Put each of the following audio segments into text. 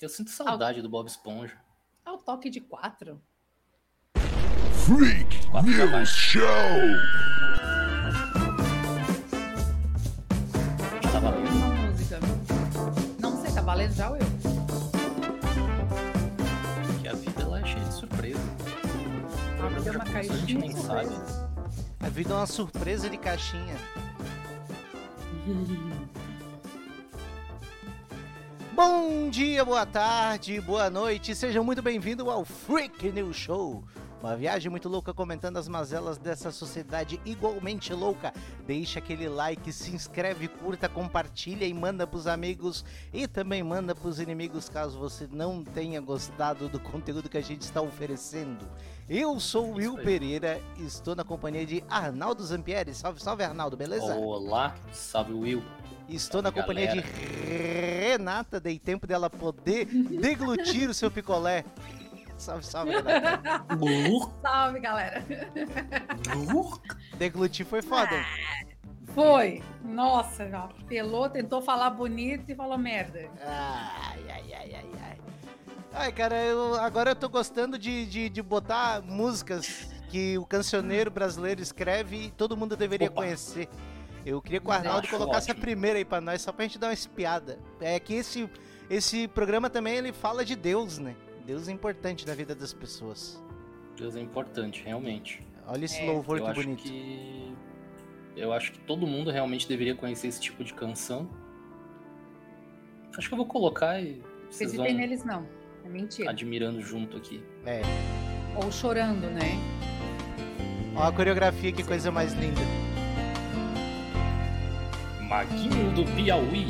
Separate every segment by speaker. Speaker 1: Eu sinto saudade do Bob Esponja.
Speaker 2: É o toque de quatro.
Speaker 3: Freak
Speaker 1: Quatro pra
Speaker 3: News
Speaker 1: baixo.
Speaker 3: Show!
Speaker 1: Já tá valendo.
Speaker 2: Uma música. Não sei, tá valendo já ou eu?
Speaker 1: Que a vida ela é cheia de surpresa.
Speaker 2: A vida é uma
Speaker 1: Ah, Já começou, a gente
Speaker 2: caixinha
Speaker 1: nem
Speaker 2: de
Speaker 1: sabe.
Speaker 2: surpresas.
Speaker 4: A vida é uma surpresa de caixinha. Bom dia, boa tarde, boa noite. Seja muito bem-vindo ao Freak News Show. Uma viagem muito louca comentando as mazelas dessa sociedade igualmente louca. Deixa aquele like, se inscreve, curta, compartilha e manda pros amigos e também manda pros inimigos caso você não tenha gostado do conteúdo que a gente está oferecendo. Eu sou o Will
Speaker 1: aí.
Speaker 4: Pereira e estou na companhia de Arnaldo Zampieri. Salve, salve Arnaldo, beleza?
Speaker 1: Olá, salve Will.
Speaker 4: Estou na
Speaker 1: Salve,
Speaker 4: companhia
Speaker 1: galera.
Speaker 4: de Renata, dei tempo dela poder deglutir o seu picolé. Salve, salve, Renata.
Speaker 1: Glurk,
Speaker 2: Salve, galera.
Speaker 1: glurk.
Speaker 4: Deglutir foi foda. hein?
Speaker 2: Foi. Nossa, já apelou, tentou falar bonito e falou merda.
Speaker 4: Ai, ai, ai, ai, ai. Ai, cara, eu, agora eu tô gostando de, de, de botar músicas que o cancioneiro brasileiro escreve e todo mundo deveria
Speaker 1: Opa.
Speaker 4: conhecer. Eu queria que o Arnaldo
Speaker 1: Acho
Speaker 4: colocasse
Speaker 1: ótimo.
Speaker 4: a primeira aí pra nós, só pra gente dar uma espiada. É que esse, esse programa também ele fala de Deus, né? Deus é importante na vida das pessoas.
Speaker 1: Deus é importante, realmente.
Speaker 4: Olha esse
Speaker 2: É,
Speaker 4: louvor
Speaker 1: eu
Speaker 4: que
Speaker 1: acho
Speaker 4: bonito.
Speaker 1: que. Eu acho que todo mundo realmente deveria conhecer esse tipo de canção. Acho que eu vou colocar e vocês vão
Speaker 2: Acreditem neles, não. É mentira.
Speaker 1: admirando junto aqui.
Speaker 4: É.
Speaker 2: Ou chorando, né?
Speaker 4: Ó a coreografia, que coisa mais linda.
Speaker 1: Maguinho do Piauí.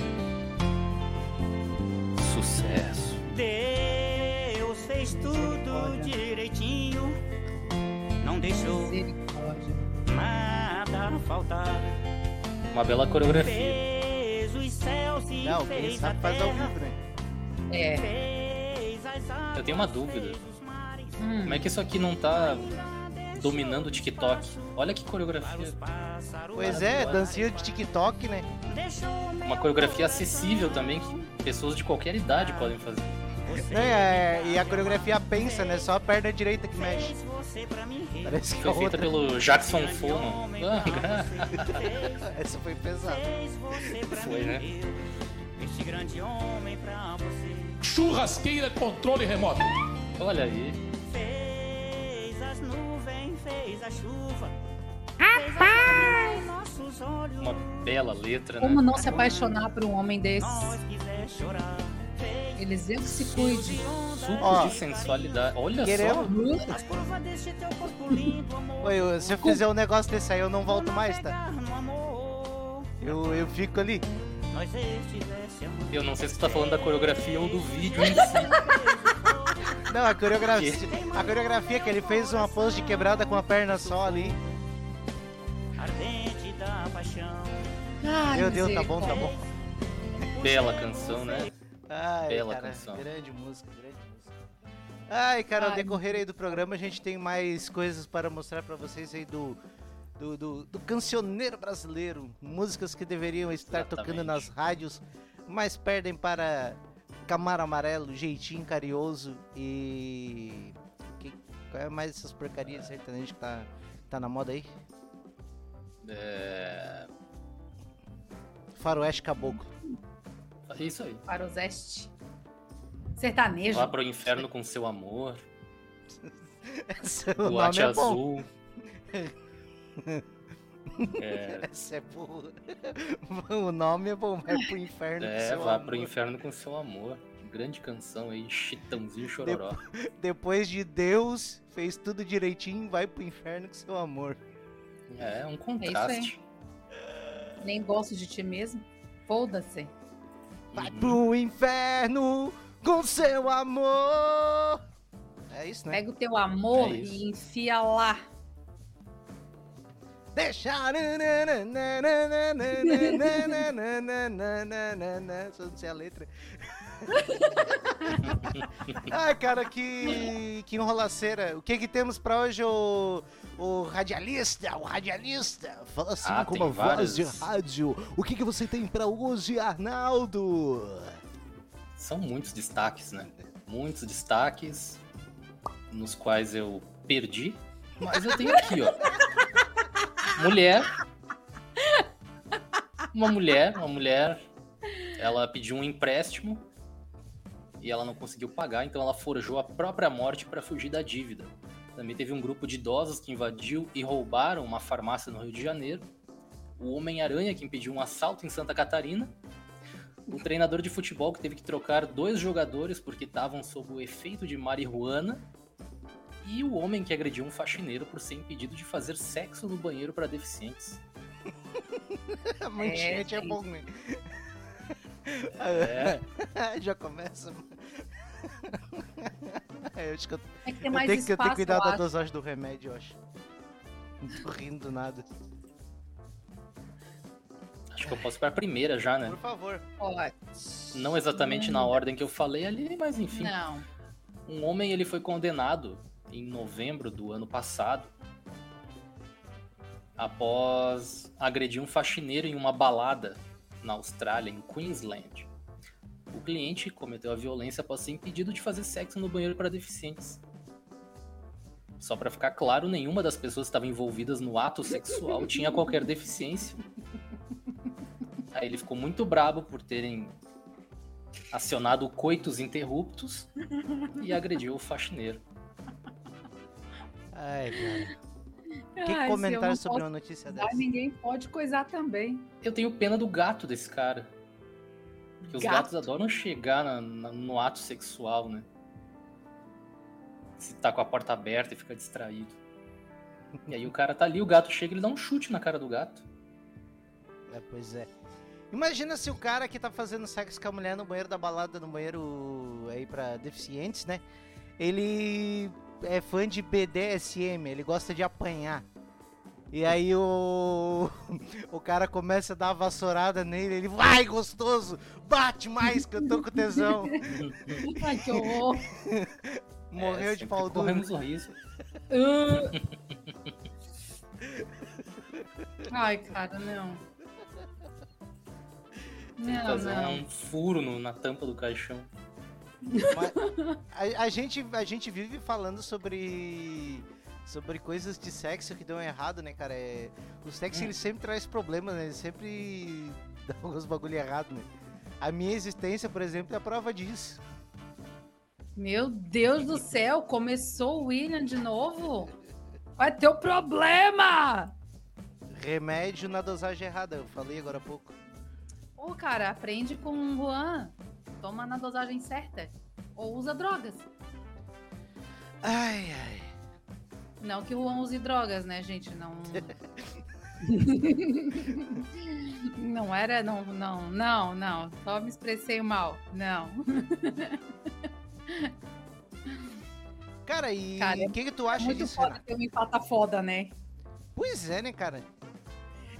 Speaker 1: Sucesso.
Speaker 5: Deus fez tudo
Speaker 2: Misericórdia.
Speaker 5: direitinho, não deixou
Speaker 2: Misericórdia.
Speaker 5: nada faltar.
Speaker 1: Uma bela coreografia.
Speaker 5: Fez os céus e
Speaker 4: Não, quem
Speaker 5: fez a
Speaker 4: sabe faz ao
Speaker 5: terra,
Speaker 4: vivo, né?
Speaker 2: É.
Speaker 5: fez as águas,
Speaker 1: Eu tenho uma dúvida.
Speaker 5: fez os mares,
Speaker 2: Hum.
Speaker 1: Como é que isso aqui não tá dominando o TikTok? Olha que
Speaker 5: para os
Speaker 1: coreografia.
Speaker 5: pássaros
Speaker 4: Pois é,
Speaker 5: voarem.
Speaker 4: dancinha de TikTok, né?
Speaker 5: Deixou o meu
Speaker 1: Uma coreografia
Speaker 5: coração,
Speaker 1: acessível também que pessoas de qualquer idade podem fazer.
Speaker 5: você
Speaker 4: É, e a coreografia pensa, né? Só a perna direita que mexe.
Speaker 5: fez você pra mim rir.
Speaker 4: Parece que a
Speaker 1: Foi feita
Speaker 4: outra.
Speaker 1: pelo Jackson
Speaker 5: Grande
Speaker 1: Fono.
Speaker 5: homem
Speaker 1: Ah,
Speaker 5: pra
Speaker 1: gra-
Speaker 5: você fez.
Speaker 4: Essa foi pesada.
Speaker 5: fez você pra
Speaker 1: Foi,
Speaker 5: mim,
Speaker 1: né?
Speaker 5: eu, Este grande homem pra você
Speaker 3: Churrasqueira controle remoto.
Speaker 1: Olha aí.
Speaker 5: fez as nuvens, fez a chuva. Rapaz! Fez a nossos olhos.
Speaker 1: Uma bela letra,
Speaker 2: Como
Speaker 1: né?
Speaker 2: não se apaixonar por um homem desses?
Speaker 5: Nós quiser chorar. Fez
Speaker 2: Eles que se cuide.
Speaker 1: Suco
Speaker 4: Ó.
Speaker 1: de sensualidade. Olha
Speaker 4: Queremos-
Speaker 1: só.
Speaker 5: as curvas deste teu corpo lindo, amor.
Speaker 4: Oi, se eu fizer um negócio desse aí, eu não volto mais, tá?
Speaker 5: Pegar no amor.
Speaker 4: Eu, eu fico ali.
Speaker 5: Nós estivesse amando.
Speaker 1: Eu não sei se tu tá falando da coreografia ou do vídeo em si.
Speaker 4: Não, a coreografia. A coreografia é que ele fez uma pose de quebrada com a perna só ali.
Speaker 5: Ardente da paixão.
Speaker 2: Ai,
Speaker 4: Meu Deus, tá bom, tá
Speaker 2: misericórdia.
Speaker 4: bom.
Speaker 1: Bela canção, né?
Speaker 4: Ai,
Speaker 1: Bela
Speaker 4: cara,
Speaker 1: canção.
Speaker 4: grande música, grande música. Ai, cara, ao
Speaker 2: Ai.
Speaker 4: decorrer aí do programa a gente tem mais coisas para mostrar para vocês aí do, do, do, do cancioneiro brasileiro. Músicas que deveriam estar tocando
Speaker 1: Exatamente.
Speaker 4: nas rádios, mas perdem para Camaro Amarelo, Jeitinho Carinhoso e... Que, qual é mais essas porcarias sertanejas que tá, tá na moda aí?
Speaker 1: É...
Speaker 4: Faroeste Caboclo.
Speaker 1: é isso aí.
Speaker 2: Para o Zeste. Sertanejo.
Speaker 1: Vá pro inferno com seu amor.
Speaker 4: Esse o nome
Speaker 1: Boate
Speaker 4: é bom.
Speaker 1: azul. É,
Speaker 4: Essa é boa. o nome é bom, vai pro inferno. com
Speaker 1: é,
Speaker 4: seu
Speaker 1: vá
Speaker 4: amor.
Speaker 1: pro inferno com seu amor. Grande canção aí, Chitãozinho e Chororó.
Speaker 4: Depois de Deus fez tudo direitinho, vai pro inferno com seu amor.
Speaker 1: É, um contraste.
Speaker 2: Nem gosto de ti mesmo. Foda-se.
Speaker 4: Vai
Speaker 1: Uhum.
Speaker 4: pro inferno com seu amor. É isso, né?
Speaker 2: Pega o teu amor
Speaker 1: É isso.
Speaker 2: e enfia lá.
Speaker 4: Deixa. né, né, Só não sei a letra. Ai, cara, que, que enrolaceira. O que que temos pra hoje, o, o radialista? O radialista, fala assim
Speaker 1: Ah,
Speaker 4: com
Speaker 1: tem
Speaker 4: uma voz
Speaker 1: vários.
Speaker 4: de rádio. O que que você tem pra hoje, Arnaldo?
Speaker 1: São muitos destaques, né? Muitos destaques nos quais eu perdi, mas eu tenho aqui, ó. Mulher. Uma mulher, uma mulher, ela pediu um empréstimo e ela não conseguiu pagar, então ela forjou a própria morte para fugir da dívida. Também teve um grupo de idosos que invadiu e roubaram uma farmácia no Rio de Janeiro. O Homem-Aranha que impediu um assalto em Santa Catarina. O treinador de futebol que teve que trocar dois jogadores porque estavam sob o efeito de marihuana. E o homem que agrediu um faxineiro por ser impedido de fazer sexo no banheiro para deficientes.
Speaker 4: A manchete é,
Speaker 2: tem-
Speaker 4: bom, né?
Speaker 1: É.
Speaker 4: Já começa. Eu acho que eu,
Speaker 2: É que tem
Speaker 4: eu
Speaker 2: mais
Speaker 4: tenho que eu
Speaker 2: espaço,
Speaker 4: tenho cuidado
Speaker 2: eu
Speaker 4: da
Speaker 2: acho.
Speaker 4: dosagem do remédio, eu acho. Não tô rindo do nada.
Speaker 1: Acho que eu posso para a primeira já, né?
Speaker 4: Por favor.
Speaker 2: Pode.
Speaker 1: Não exatamente na ordem que eu falei ali, mas enfim.
Speaker 2: Não.
Speaker 1: Um homem ele foi condenado em novembro do ano passado após agredir um faxineiro em uma balada na Austrália, em Queensland. O cliente cometeu a violência após ser impedido de fazer sexo no banheiro para deficientes. Só para ficar claro, nenhuma das pessoas que estavam envolvidas no ato sexual tinha qualquer deficiência. Aí ele ficou muito brabo por terem acionado o coitos interruptos e agrediu o faxineiro.
Speaker 4: Ai, cara.
Speaker 2: Ai, se
Speaker 4: Que
Speaker 2: eu
Speaker 4: comentário
Speaker 2: não
Speaker 4: sobre
Speaker 2: posso
Speaker 4: uma notícia
Speaker 2: dar,
Speaker 4: dessa?
Speaker 2: ninguém pode coisar também.
Speaker 1: Eu tenho pena do gato desse cara. Porque os
Speaker 2: Gato?
Speaker 1: gatos adoram chegar na- na- no ato sexual, né? Se tá com a porta aberta e fica distraído. E aí o cara tá ali, o gato chega, ele dá um chute na cara do gato.
Speaker 4: É, pois é. Imagina se o cara que tá fazendo sexo com a mulher no banheiro da balada, no banheiro eh, aí pra deficientes, né? Ele é fã de BDSM, ele gosta de apanhar. E aí o, o cara começa a dar a vassourada nele, ele vai gostoso, bate mais que eu tô com tesão.
Speaker 2: Ai, que horror.
Speaker 4: Morreu
Speaker 1: É,
Speaker 4: de
Speaker 1: sempre
Speaker 4: pau duro.
Speaker 1: Corremos o risco.
Speaker 2: Ai, cara, não.
Speaker 1: Tem que
Speaker 2: Não,
Speaker 1: fazer
Speaker 2: não.
Speaker 1: um furo no- na tampa do caixão.
Speaker 4: Mas a, a gente, a gente vive falando sobre sobre coisas de sexo que dão errado, né, cara? É, o sexo
Speaker 1: Hum.
Speaker 4: ele sempre traz problemas, né? Ele sempre dá alguns bagulho errado, né? A minha existência, por exemplo, é a prova disso.
Speaker 2: Meu Deus do céu, começou o William de novo? Vai ter o problema!
Speaker 4: Remédio na dosagem errada, eu falei agora há pouco.
Speaker 2: Ô, cara, aprende com o Juan. Toma na dosagem certa. Ou usa drogas.
Speaker 4: Ai, ai.
Speaker 2: Não que o Juan use drogas, né, gente? Não. não era. Não, não, não, não. Só me expressei mal. Não.
Speaker 4: Cara, e
Speaker 2: Cara, é
Speaker 4: o que, que é. tu acha
Speaker 2: Muito
Speaker 4: disso,
Speaker 2: foda
Speaker 4: Renan?
Speaker 2: ter um empata foda, né?
Speaker 4: Pois é, né, cara?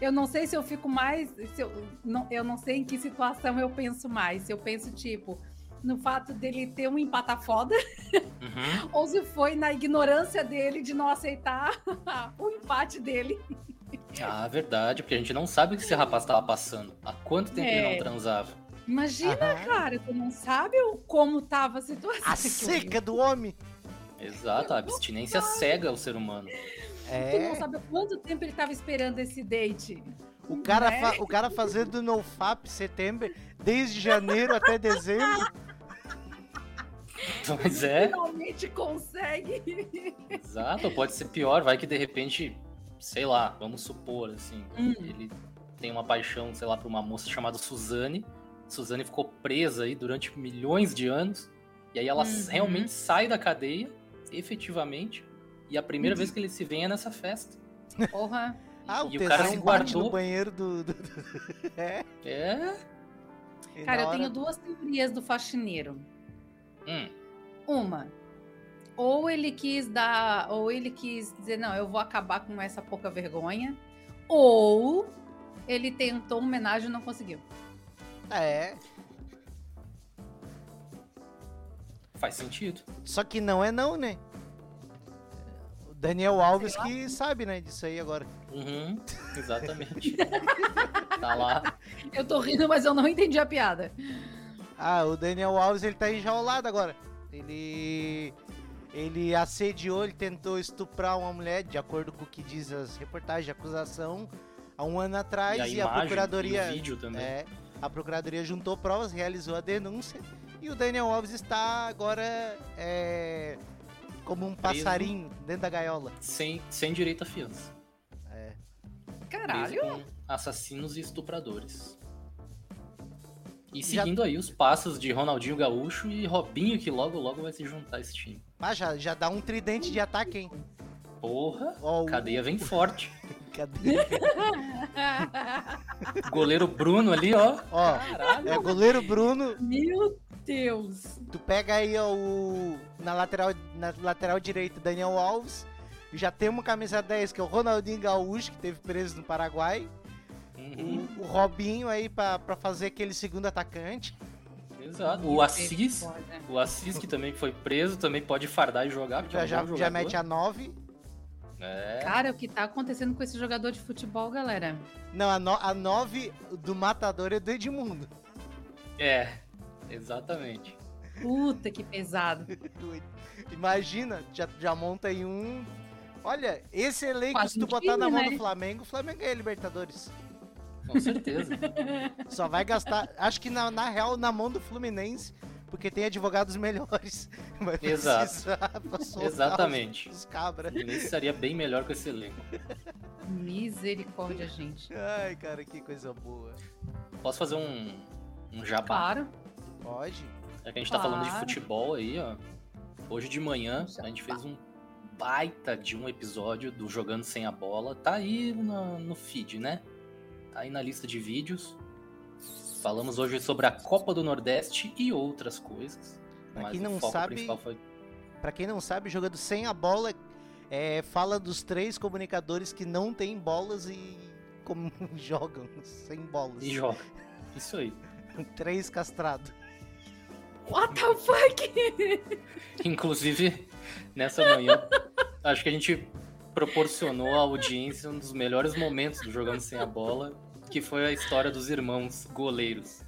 Speaker 2: Eu não sei se eu fico mais. se eu, não, eu não sei em que situação eu penso mais. Se eu penso, tipo, no fato dele ter um empata foda,
Speaker 1: Uhum.
Speaker 2: ou se foi na ignorância dele de não aceitar o empate dele.
Speaker 1: Ah, verdade, porque a gente não sabe o que esse rapaz tava passando. Há quanto tempo ele
Speaker 2: É.
Speaker 1: não transava?
Speaker 2: Imagina,
Speaker 4: Aham.
Speaker 2: cara, tu não sabe o- como tava a situação.
Speaker 4: A seca do homem!
Speaker 1: Exato, a abstinência cega o ser humano.
Speaker 2: Tu não
Speaker 4: É,
Speaker 2: sabe quanto tempo ele tava esperando esse date.
Speaker 4: o cara,
Speaker 2: né?
Speaker 4: fa- o cara fazendo nofap setembro, desde janeiro até dezembro.
Speaker 1: Mas é.
Speaker 2: Finalmente consegue.
Speaker 1: Exato, ou pode ser pior, vai que de repente, sei lá, vamos supor, assim,
Speaker 2: Hum.
Speaker 1: ele tem uma paixão, sei lá, por uma moça chamada Suzane. Suzane ficou presa aí durante milhões de anos, e aí ela
Speaker 2: Uhum.
Speaker 1: realmente sai da cadeia, efetivamente, e a primeira vez que ele se vem é nessa festa.
Speaker 2: Porra.
Speaker 4: Ah, o
Speaker 1: e o cara
Speaker 4: tesão
Speaker 1: se
Speaker 4: bate
Speaker 1: guardou.
Speaker 4: no banheiro do. do-
Speaker 1: É.
Speaker 4: e
Speaker 2: Cara,
Speaker 4: na
Speaker 2: eu
Speaker 4: hora-
Speaker 2: tenho duas teorias do faxineiro.
Speaker 1: Hum,
Speaker 2: Uma, ou ele quis dar, ou ele quis dizer, não, eu vou acabar com essa pouca vergonha, ou ele tentou uma homenagem e não conseguiu.
Speaker 4: É.
Speaker 1: faz sentido.
Speaker 4: Só que não é não, né? O Daniel Alves que sabe, né, disso aí agora.
Speaker 1: Uhum, exatamente. tá lá.
Speaker 2: Eu tô rindo, mas eu não entendi a piada.
Speaker 4: Ah, o Daniel Alves, ele tá enjaulado agora. Ele. Ele assediou, ele tentou estuprar uma mulher, de acordo com o que diz as reportagens, a acusação, há um ano atrás, e a, procuradoria.
Speaker 1: e o vídeo também.
Speaker 4: É, a Procuradoria juntou provas, realizou a denúncia e o Daniel Alves está agora é, como um passarinho dentro da gaiola.
Speaker 1: Sem, sem direito à fiança.
Speaker 2: Caralho.
Speaker 1: Preso com assassinos e estupradores. E seguindo aí os passos de Ronaldinho Gaúcho e Robinho, que logo logo vai se juntar a esse time.
Speaker 4: Mas já, já dá um tridente de ataque, hein?
Speaker 1: Porra,
Speaker 4: Ó, o-
Speaker 1: cadeia vem forte.
Speaker 4: Cadê?
Speaker 1: Goleiro Bruno ali, ó.
Speaker 4: Ó,
Speaker 1: Caralho.
Speaker 4: é goleiro Bruno,
Speaker 2: Meu Deus.
Speaker 4: tu pega aí ó, o na lateral na lateral direita Daniel Alves. Já temos uma camisa 10 que é o Ronaldinho Gaúcho, que teve preso no Paraguai.
Speaker 1: Uhum,
Speaker 4: O Robinho aí pra pra fazer aquele segundo atacante.
Speaker 1: exato. O Assis.
Speaker 2: Misericórdia.
Speaker 1: O Assis, que também foi preso, também pode fardar e jogar, porque é um
Speaker 4: Já, já,
Speaker 1: bom jogador.
Speaker 4: já mete a 9.
Speaker 1: É,
Speaker 2: Cara, o que tá acontecendo com esse jogador de futebol, galera?
Speaker 4: Não, a, no, a 9 do Matador é do Edmundo.
Speaker 1: é, exatamente.
Speaker 2: Puta que pesado.
Speaker 4: Imagina, já, já monta aí um. Olha, esse elenco,
Speaker 2: Quase
Speaker 4: se tu
Speaker 2: um
Speaker 4: botar na
Speaker 2: time,
Speaker 4: mão
Speaker 2: né?
Speaker 4: do Flamengo, o Flamengo ganha Libertadores.
Speaker 1: Com certeza.
Speaker 4: Só vai gastar. Acho que na, na real, na mão do Fluminense, porque tem advogados melhores. Vai
Speaker 1: Exato.
Speaker 4: precisar pra soltar
Speaker 1: Exatamente.
Speaker 4: Os, os cabra.
Speaker 1: O Fluminense estaria bem melhor com esse elenco.
Speaker 2: Misericórdia, gente.
Speaker 4: Ai, cara, que coisa boa.
Speaker 1: Posso fazer um, um jabá?
Speaker 2: Claro.
Speaker 4: Pode.
Speaker 1: Já que a gente tá falando de
Speaker 2: Claro.
Speaker 1: futebol aí, ó. Hoje de manhã a gente fez um baita de um episódio do Jogando Sem a Bola. Tá aí na- no feed, né? Tá aí na lista de vídeos. Falamos hoje sobre a Copa do Nordeste e outras coisas.
Speaker 4: Pra
Speaker 1: Mas
Speaker 4: quem
Speaker 1: o
Speaker 4: não
Speaker 1: foco
Speaker 4: sabe-
Speaker 1: principal foi
Speaker 4: Pra quem não sabe, jogando sem a bola, é, fala dos três comunicadores que não têm bolas e como jogam sem bolas.
Speaker 1: e joga. Isso aí.
Speaker 4: Três castrados.
Speaker 2: What the fuck?
Speaker 1: Inclusive, nessa manhã, acho que a gente proporcionou à audiência um dos melhores momentos do Jogando Sem a Bola, que foi a história dos irmãos goleiros.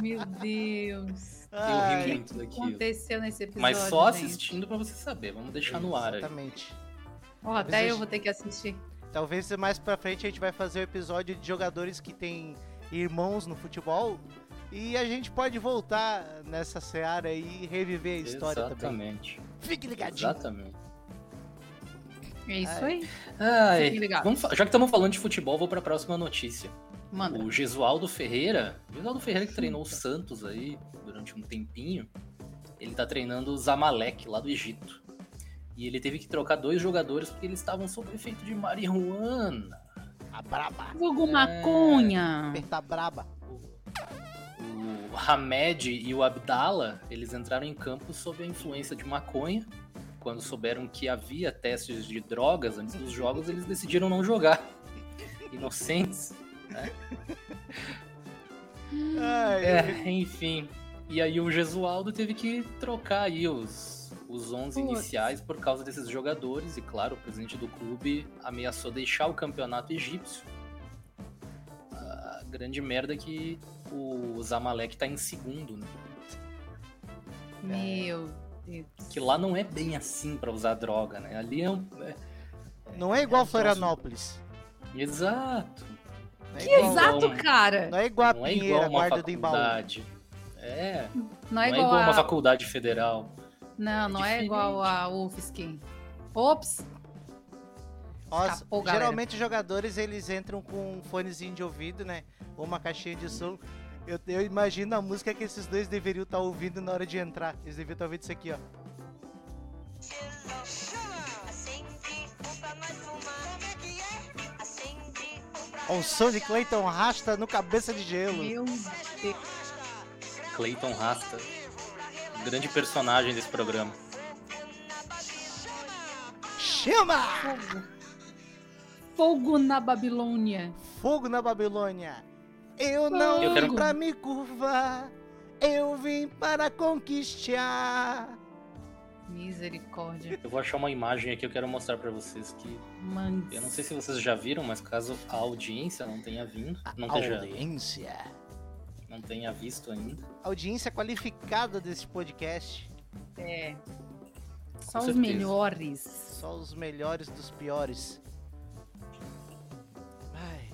Speaker 2: Meu Deus.
Speaker 1: Eu ri
Speaker 4: Ai,
Speaker 1: um muito
Speaker 2: O que
Speaker 1: daquilo.
Speaker 2: aconteceu nesse episódio?
Speaker 1: Mas só
Speaker 2: gente?
Speaker 1: assistindo pra você saber, vamos deixar no ar aí.
Speaker 4: Exatamente.
Speaker 2: Ó,
Speaker 4: Talvez
Speaker 2: até
Speaker 4: eu-
Speaker 2: eu vou ter que assistir.
Speaker 4: Talvez mais pra frente a gente vai fazer o episódio de jogadores que têm irmãos no futebol. E a gente pode voltar nessa seara aí e reviver a história também.
Speaker 1: Exatamente.
Speaker 4: Fique ligadinho.
Speaker 1: Exatamente.
Speaker 2: É isso
Speaker 4: Ai.
Speaker 2: aí.
Speaker 1: Ai,
Speaker 2: Fiquem ligados.
Speaker 1: vamos fa- já que estamos falando de futebol, vou pra próxima notícia.
Speaker 2: Manda.
Speaker 1: O Gesualdo Ferreira, Gesualdo Ferreira que treinou o Santos aí durante um tempinho, ele tá treinando o Zamalek lá do Egito. E ele teve que trocar dois jogadores porque eles estavam sob efeito de marihuana.
Speaker 4: A braba.
Speaker 2: Vulgo maconha.
Speaker 4: Aperta braba.
Speaker 1: O Hamed e o Abdala, eles entraram em campo sob a influência de maconha. Quando souberam que havia testes de drogas antes dos jogos, eles decidiram não jogar. Inocentes.
Speaker 4: Ai,
Speaker 1: É, enfim. E aí o Gesualdo teve que trocar aí os, os 11
Speaker 2: Putz.
Speaker 1: iniciais por causa desses jogadores. E claro, o presidente do clube ameaçou deixar o campeonato egípcio. A grande merda é que o Zamalek tá em segundo, né?
Speaker 2: Meu Deus.
Speaker 1: Que lá não é bem assim pra usar droga, né? Ali é um... é-
Speaker 4: Não é igual
Speaker 1: É,
Speaker 4: Florianópolis.
Speaker 1: Exato.
Speaker 4: Não é
Speaker 2: Que
Speaker 4: igual-
Speaker 2: exato,
Speaker 1: um-
Speaker 2: cara.
Speaker 4: Não é igual a
Speaker 1: Não é igual
Speaker 4: Pinheira,
Speaker 1: uma
Speaker 4: guarda do embaú.
Speaker 1: faculdade. É,
Speaker 2: Não é igual,
Speaker 1: a uma
Speaker 2: a...
Speaker 1: faculdade federal.
Speaker 2: Não, não é
Speaker 1: diferente.
Speaker 2: igual a UFSC. Ops.
Speaker 4: Ó,
Speaker 2: Escapou, galera.
Speaker 4: geralmente os jogadores eles entram com um fonezinho de ouvido, né? Ou uma caixinha de som. Eu, eu imagino a música que esses dois deveriam estar ouvindo na hora de entrar. Eles deveriam estar ouvindo isso aqui, ó. Ó, O som de Clayton Rasta no cabeça de gelo.
Speaker 2: Meu Deus.
Speaker 1: Clayton Rasta, grande personagem desse programa.
Speaker 4: Chama!
Speaker 2: Fogo na Babilônia.
Speaker 4: Fogo na Babilônia. Eu não
Speaker 1: Eu quero-
Speaker 4: vim pra me curvar. Eu vim para conquistar.
Speaker 2: Misericórdia.
Speaker 1: Eu vou achar uma imagem aqui, eu quero mostrar pra vocês que
Speaker 2: Mano.
Speaker 1: eu não sei se vocês já viram, mas caso a audiência não tenha vindo, não esteja
Speaker 4: Audiência.
Speaker 1: não tenha visto ainda.
Speaker 4: Audiência qualificada desse podcast.
Speaker 2: É. Só os
Speaker 1: certeza.
Speaker 2: melhores.
Speaker 4: Só os melhores dos piores. Ai,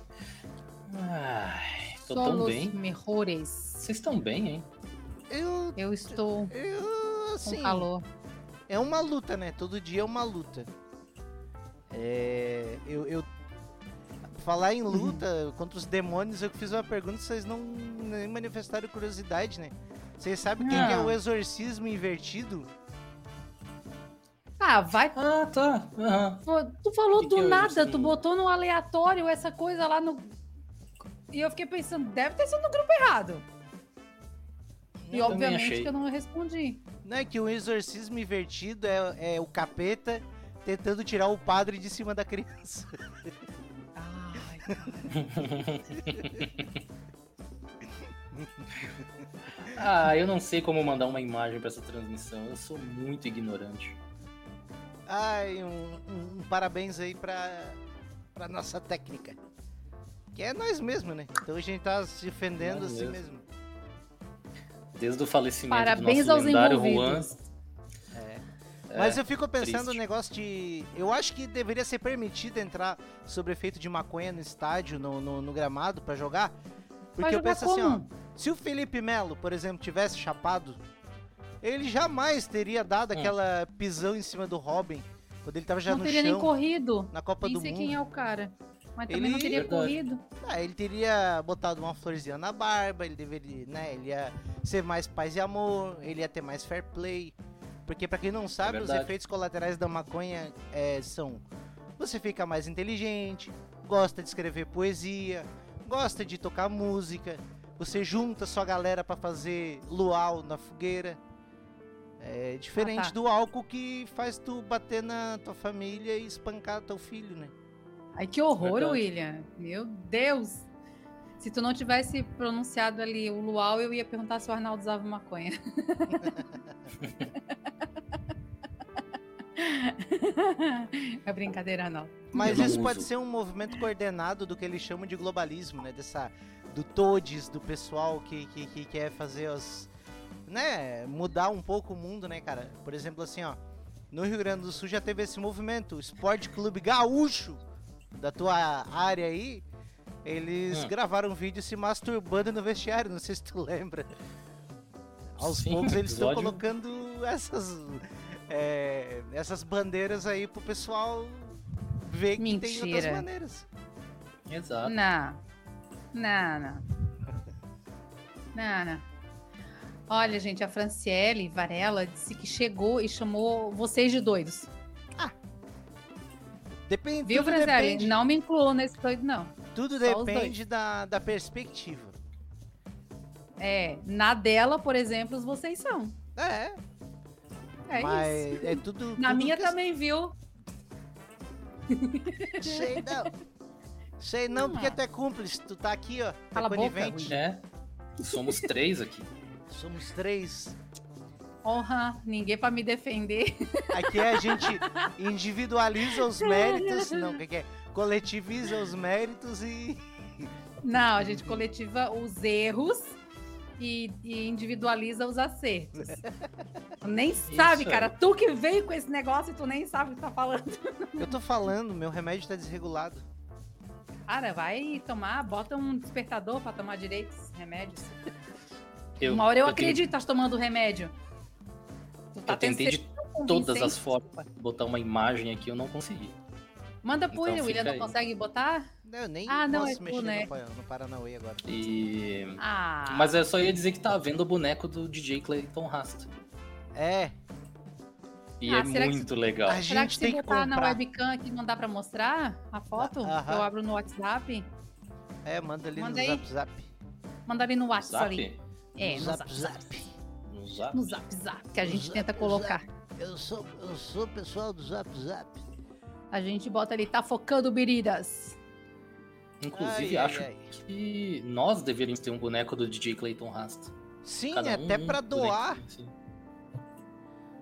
Speaker 1: Ai, É, tô
Speaker 2: Só
Speaker 1: tão
Speaker 2: os
Speaker 1: bem.
Speaker 2: melhores.
Speaker 1: Vocês estão bem, hein?
Speaker 4: eu.
Speaker 2: Eu estou
Speaker 4: Eu. Assim.
Speaker 2: com calor.
Speaker 4: É uma luta, né? Todo dia é uma luta. É. Eu. eu- Falar em luta contra os demônios, eu fiz uma pergunta, vocês não nem manifestaram curiosidade, né? Vocês sabem quem que é
Speaker 2: Não.
Speaker 4: o exorcismo invertido?
Speaker 2: Ah, vai.
Speaker 1: Ah, tá. Aham.
Speaker 2: Tu falou
Speaker 1: Que que
Speaker 2: do
Speaker 1: é isso?
Speaker 2: nada, tu botou no aleatório essa coisa lá no. E eu fiquei pensando, deve ter sido no grupo errado. E
Speaker 1: Eu também
Speaker 2: obviamente
Speaker 1: achei.
Speaker 2: que eu não respondi.
Speaker 4: Não é que o exorcismo invertido é, é o capeta tentando tirar o padre de cima da criança.
Speaker 2: Ai, cara.
Speaker 1: Ah, eu não sei como mandar uma imagem pra essa transmissão. Eu sou muito ignorante.
Speaker 4: Ai, um, um- um parabéns aí pra, pra nossa técnica. Que é nós mesmo, né? Então a gente tá se defendendo
Speaker 1: Nós
Speaker 4: assim mesmo.
Speaker 1: mesmo. Desde o falecimento
Speaker 2: Parabéns
Speaker 1: do
Speaker 2: aos
Speaker 1: nosso lendário Juan.
Speaker 2: envolvidos.
Speaker 1: É,
Speaker 4: Mas eu fico pensando no
Speaker 1: triste.
Speaker 4: negócio de. Eu acho que deveria ser permitido entrar sobre efeito de maconha no estádio, no, no, no gramado, pra jogar. Porque
Speaker 2: Vai
Speaker 4: eu
Speaker 2: jogar
Speaker 4: penso assim, ó.
Speaker 2: tá como?
Speaker 4: Se o Felipe Melo, por exemplo, tivesse chapado, ele jamais teria dado
Speaker 1: Hum.
Speaker 4: aquela pisão em cima do Robin, quando ele tava já
Speaker 2: não
Speaker 4: no
Speaker 2: teria nem
Speaker 4: chão,
Speaker 2: corrido.
Speaker 4: na Copa
Speaker 2: Nem
Speaker 4: do
Speaker 2: sei
Speaker 4: Mundo.
Speaker 2: quem é o cara. Mas também não
Speaker 4: Ele-
Speaker 2: teria
Speaker 1: Verdade.
Speaker 2: corrido.
Speaker 4: Ah, ele teria botado uma florzinha na barba, ele deveria, né, ele ia ser mais paz e amor, ele ia ter mais fair play. Porque pra quem não sabe, os
Speaker 1: verdade.
Speaker 4: efeitos colaterais da maconha é, são você fica mais inteligente, gosta de escrever poesia, gosta de tocar música, você junta sua galera pra fazer luau na fogueira. É diferente
Speaker 2: Ah, tá.
Speaker 4: do álcool que faz tu bater na tua família e espancar teu filho, né?
Speaker 2: Ai, que horror,
Speaker 1: Verdade.
Speaker 2: William. Meu Deus. Se tu não tivesse pronunciado ali o luau, eu ia perguntar se o Arnaldo usava maconha. é brincadeira, Arnaldo.
Speaker 4: Mas
Speaker 1: Eu não
Speaker 4: isso pode
Speaker 1: uso.
Speaker 4: ser um movimento coordenado do que eles chamam de globalismo, né? Dessa. Do todes, do pessoal que, que, que quer fazer os. né? Mudar um pouco o mundo, né, cara? Por exemplo, assim, ó. No Rio Grande do Sul já teve esse movimento. O Esporte Clube Gaúcho, da tua área aí, eles
Speaker 1: Hum.
Speaker 4: gravaram um vídeo se masturbando no vestiário, não sei se tu lembra. Aos
Speaker 1: Sim,
Speaker 4: poucos eles estão
Speaker 1: episódio-
Speaker 4: colocando essas. é, essas bandeiras aí pro pessoal ver que tem outras
Speaker 2: Mentira.
Speaker 4: maneiras.
Speaker 1: Exato.
Speaker 2: Não. Não, não. Não, não. Olha, gente, a Franciele Varela disse que chegou e chamou vocês de doidos.
Speaker 4: Depende,
Speaker 2: Viu,
Speaker 4: tudo
Speaker 2: Franciele?
Speaker 4: depende,
Speaker 2: Não me incluam nesse doido, não.
Speaker 4: tudo
Speaker 2: só os
Speaker 4: depende da, da perspectiva.
Speaker 2: É, na dela, por exemplo, vocês são.
Speaker 4: É,
Speaker 2: É isso.
Speaker 4: mas é tudo.
Speaker 2: Na
Speaker 4: tudo
Speaker 2: minha
Speaker 4: que-
Speaker 2: também, viu?
Speaker 4: Sei não. Sei não, porque
Speaker 2: Ah.
Speaker 4: tu é cúmplice. Tu tá aqui, ó. tá
Speaker 2: Cala a boca,
Speaker 4: conivente.
Speaker 1: É. Somos três aqui.
Speaker 4: Somos três.
Speaker 2: Honra, ninguém pra me defender.
Speaker 4: Aqui é a gente individualiza os méritos. Não, o que, que é? Coletiviza os méritos e.
Speaker 2: Não, a gente coletiva os erros e, e individualiza os acertos. Tu nem sabe,
Speaker 1: Isso.
Speaker 2: cara. Tu que veio com esse negócio e tu nem sabe o que tá falando.
Speaker 4: Eu tô falando, meu remédio tá desregulado.
Speaker 2: Cara, vai tomar, bota um despertador pra tomar direitos, remédios.
Speaker 1: Eu,
Speaker 2: Uma hora eu,
Speaker 1: tentei-
Speaker 2: acredito que tá tomando remédio. Tu tá
Speaker 1: Eu tentei de
Speaker 2: de
Speaker 1: todas as formas botar uma imagem aqui, eu não consegui.
Speaker 2: Manda pro
Speaker 1: Então
Speaker 2: William, o
Speaker 1: fica
Speaker 2: William não
Speaker 1: aí.
Speaker 2: consegue botar?
Speaker 4: Não, eu nem
Speaker 2: Ah, não,
Speaker 4: posso
Speaker 2: é tu,
Speaker 4: mexer
Speaker 2: né?
Speaker 4: no, pa- no Paranauê agora.
Speaker 1: E.
Speaker 2: Ah,
Speaker 1: Mas eu só ia dizer que tá vendo o boneco do DJ Clayton Rasta.
Speaker 4: É,
Speaker 1: E
Speaker 2: Ah,
Speaker 1: é
Speaker 2: será que
Speaker 1: muito legal.
Speaker 4: a
Speaker 2: Será que
Speaker 4: gente
Speaker 2: se
Speaker 4: tem que
Speaker 2: botar na
Speaker 4: comprar.
Speaker 2: webcam aqui não dá pra mostrar a foto?
Speaker 4: Ah, aham.
Speaker 2: Eu abro no WhatsApp.
Speaker 4: É, manda ali
Speaker 2: Manda
Speaker 4: no
Speaker 2: aí.
Speaker 4: zap zap.
Speaker 2: Manda ali no WhatsApp. Ali.
Speaker 1: Zap?
Speaker 2: É,
Speaker 4: no
Speaker 2: no
Speaker 4: zap
Speaker 2: zap,
Speaker 4: zap.
Speaker 1: No zap?
Speaker 2: no zap zap que a
Speaker 4: No
Speaker 2: gente
Speaker 4: zap,
Speaker 2: tenta
Speaker 4: zap.
Speaker 2: colocar.
Speaker 4: Eu sou eu sou o pessoal do zap zap.
Speaker 2: A gente bota ali, tá focando biridas.
Speaker 1: Inclusive,
Speaker 4: Ai, ai,
Speaker 1: acho
Speaker 4: ai.
Speaker 1: que nós deveríamos ter um boneco do DJ Clayton Rasta.
Speaker 4: Sim,
Speaker 1: Cada um,
Speaker 4: até
Speaker 1: um
Speaker 4: pra
Speaker 1: bonequinho,
Speaker 4: doar,
Speaker 1: assim.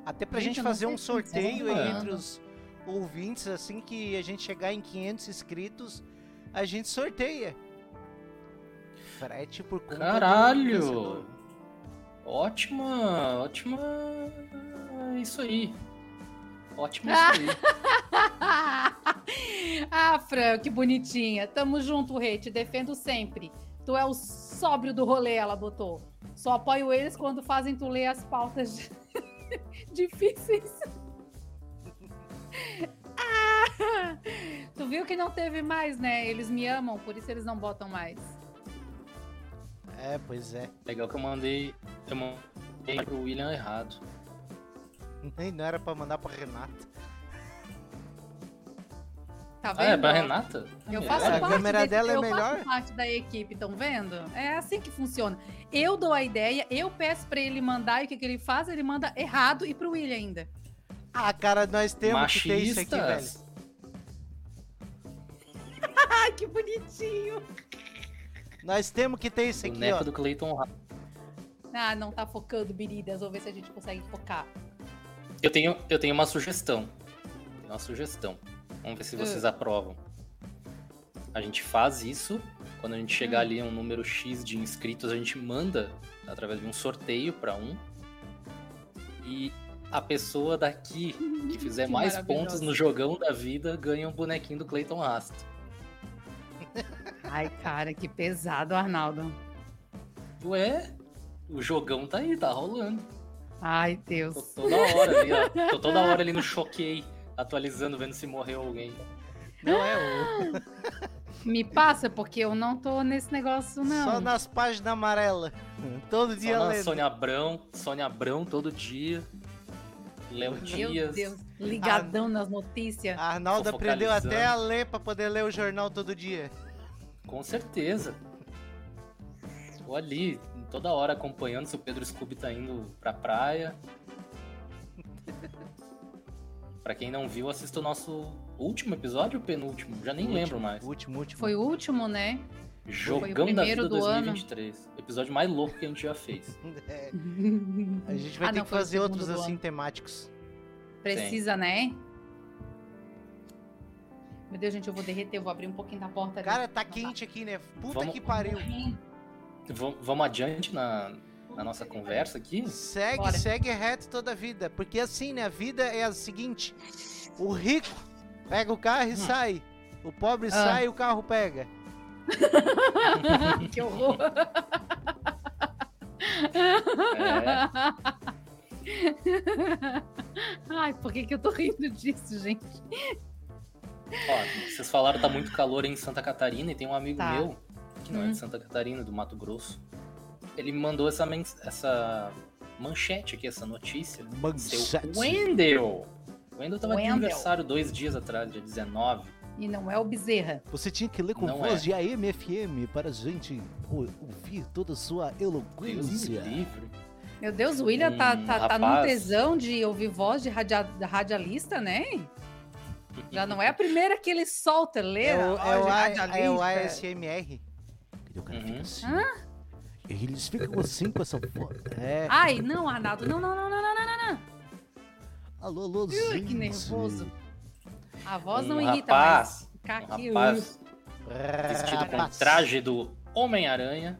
Speaker 4: até pra
Speaker 2: Gente,
Speaker 4: gente
Speaker 2: eu não
Speaker 4: fazer
Speaker 2: sei
Speaker 4: um
Speaker 2: se é vocês estão
Speaker 4: sorteio aí
Speaker 1: falando.
Speaker 4: entre os ouvintes assim que a gente chegar em 500 inscritos, a gente sorteia. frete por conta do
Speaker 1: Caralho!
Speaker 4: fornecedor.
Speaker 1: Ótima, ótima. é Isso aí. Ótima
Speaker 2: Ah.
Speaker 1: isso aí.
Speaker 2: ah, Fran, que bonitinha. Tamo junto, rei. Te defendo sempre. Tu é o sóbrio do rolê, ela botou. Só apoio eles quando fazem tu ler as pautas de- difíceis. Ah! Tu viu que não teve mais, né? Eles me amam, por isso eles não botam mais.
Speaker 4: É, pois é.
Speaker 1: Legal que eu mandei. Eu mandei pro William errado.
Speaker 4: Nem não era pra mandar pra Renata.
Speaker 2: Tá
Speaker 1: Ah,
Speaker 2: vendo?
Speaker 1: é pra
Speaker 2: ó?
Speaker 1: Renata?
Speaker 2: Eu
Speaker 1: É,
Speaker 2: faço
Speaker 4: A
Speaker 2: parte
Speaker 4: câmera
Speaker 2: desse-
Speaker 4: dela é
Speaker 2: eu faço
Speaker 4: melhor?
Speaker 2: parte da equipe, estão vendo? É assim que funciona. Eu dou a ideia, eu peço pra ele mandar e o que, que ele faz? Ele manda errado e pro William ainda.
Speaker 4: Ah, cara, nós temos que ter isso aqui, velho.
Speaker 1: Machistas.
Speaker 2: Ai, que bonitinho!
Speaker 4: Nós temos que ter isso aqui,
Speaker 1: Boneca
Speaker 4: ó.
Speaker 1: do Clayton Ra-
Speaker 2: Ah, não tá focando, Biridas. Vamos ver se a gente consegue focar.
Speaker 1: eu tenho, eu tenho uma sugestão. Tenho uma sugestão. Vamos
Speaker 4: Hum.
Speaker 1: ver se vocês aprovam. A gente faz isso. Quando a gente
Speaker 4: Hum.
Speaker 1: chegar ali a um número X de inscritos, a gente manda através de um sorteio pra um. E a pessoa daqui
Speaker 4: Hum,
Speaker 1: que fizer
Speaker 2: Que
Speaker 1: mais
Speaker 2: maravilhosa.
Speaker 1: pontos no jogão da vida ganha um bonequinho do Clayton Rasta.
Speaker 2: Ai, cara, que pesado, Arnaldo.
Speaker 1: Ué, o jogão tá aí, tá rolando.
Speaker 2: Ai,
Speaker 1: Tô
Speaker 2: Deus.
Speaker 1: toda hora ali, ó. Tô toda hora ali no choquei, atualizando, vendo se morreu alguém.
Speaker 4: Não é o.
Speaker 2: Me passa, porque eu não tô nesse negócio, não.
Speaker 4: Só nas páginas amarelas. Todo dia
Speaker 1: Só na
Speaker 4: lendo.
Speaker 1: Sônia Abrão, Sônia Abrão todo dia. Léo
Speaker 2: Meu
Speaker 1: Dias.
Speaker 2: Deus,
Speaker 4: Ah.
Speaker 2: ligadão nas notícias.
Speaker 4: A Arnaldo
Speaker 1: Tô
Speaker 4: aprendeu até
Speaker 1: né? focalizando.
Speaker 4: a ler pra poder ler o jornal todo dia.
Speaker 1: Com certeza. Tô ali, toda hora acompanhando se o Pedro Scooby tá indo pra praia. pra quem não viu, assista o nosso último episódio ou penúltimo? Já nem
Speaker 4: Último,
Speaker 1: lembro mais.
Speaker 4: Último, último.
Speaker 2: Foi o último, né?
Speaker 1: Jogão da
Speaker 2: primeiro
Speaker 1: Vida
Speaker 2: do ano.
Speaker 1: 2023. Episódio mais louco que a gente já fez.
Speaker 4: É, a gente vai
Speaker 2: Ah,
Speaker 4: ter
Speaker 2: não,
Speaker 4: que
Speaker 2: foi o
Speaker 4: fazer
Speaker 2: segundo
Speaker 4: outros
Speaker 2: do
Speaker 4: assim
Speaker 2: ano.
Speaker 4: temáticos.
Speaker 2: Precisa, né? Meu Deus, gente, eu vou derreter, eu vou abrir um pouquinho da porta ali.
Speaker 4: Cara,
Speaker 2: Não tá
Speaker 4: tá quente aqui, né? Puta
Speaker 1: Vamos-
Speaker 4: que pariu.
Speaker 2: Morrendo.
Speaker 1: V- vamos adiante na, na nossa conversa aqui?
Speaker 4: Segue,
Speaker 2: Bora.
Speaker 4: segue reto toda a vida. Porque assim, né? A vida é a seguinte: o rico pega o carro
Speaker 1: Hum.
Speaker 4: e sai. O pobre
Speaker 2: Ah.
Speaker 4: sai e o carro pega.
Speaker 2: que horror!
Speaker 1: É,
Speaker 2: Ai, por que, que eu tô rindo disso, gente?
Speaker 1: ó, vocês falaram que tá muito calor em Santa Catarina e tem um amigo
Speaker 2: Tá.
Speaker 1: meu, que não é
Speaker 2: Hum.
Speaker 1: de Santa Catarina, do Mato Grosso. Ele me mandou essa, mens- essa manchete aqui, essa notícia. Seu Wendel! O Wendel tava de
Speaker 2: Wendel.
Speaker 1: aniversário dois dias atrás, dia 19.
Speaker 2: E não é o Bezerra.
Speaker 4: Você tinha que ler com
Speaker 1: Não
Speaker 4: voz
Speaker 1: é.
Speaker 4: de AMFM para a gente ou- ouvir toda a sua
Speaker 1: Deus me
Speaker 4: eloquência.
Speaker 1: livre.
Speaker 2: Meu Deus, o William tá,
Speaker 1: Hum,
Speaker 2: tá, tá num
Speaker 1: rapaz.
Speaker 2: tesão de ouvir voz de radia- da radialista, né? Já não é a primeira que ele solta, lê.
Speaker 4: É
Speaker 2: a
Speaker 4: o,
Speaker 2: voz
Speaker 4: é o,
Speaker 2: de
Speaker 4: A-
Speaker 2: radialista.
Speaker 4: é o ASMR. E o cara
Speaker 1: Uhum.
Speaker 4: fica assim. Eles ficam assim com essa voz. É.
Speaker 2: Ai, não, Arnaldo, não, não, não, não, não, não.
Speaker 4: Alô, alô,
Speaker 2: Ui,
Speaker 4: gente.
Speaker 2: que nervoso. A voz não
Speaker 1: um
Speaker 2: irrita,
Speaker 1: rapaz,
Speaker 2: mas ficar aqui. uh,
Speaker 1: um rapaz vestido com
Speaker 4: Rapaz.
Speaker 1: traje do Homem-Aranha,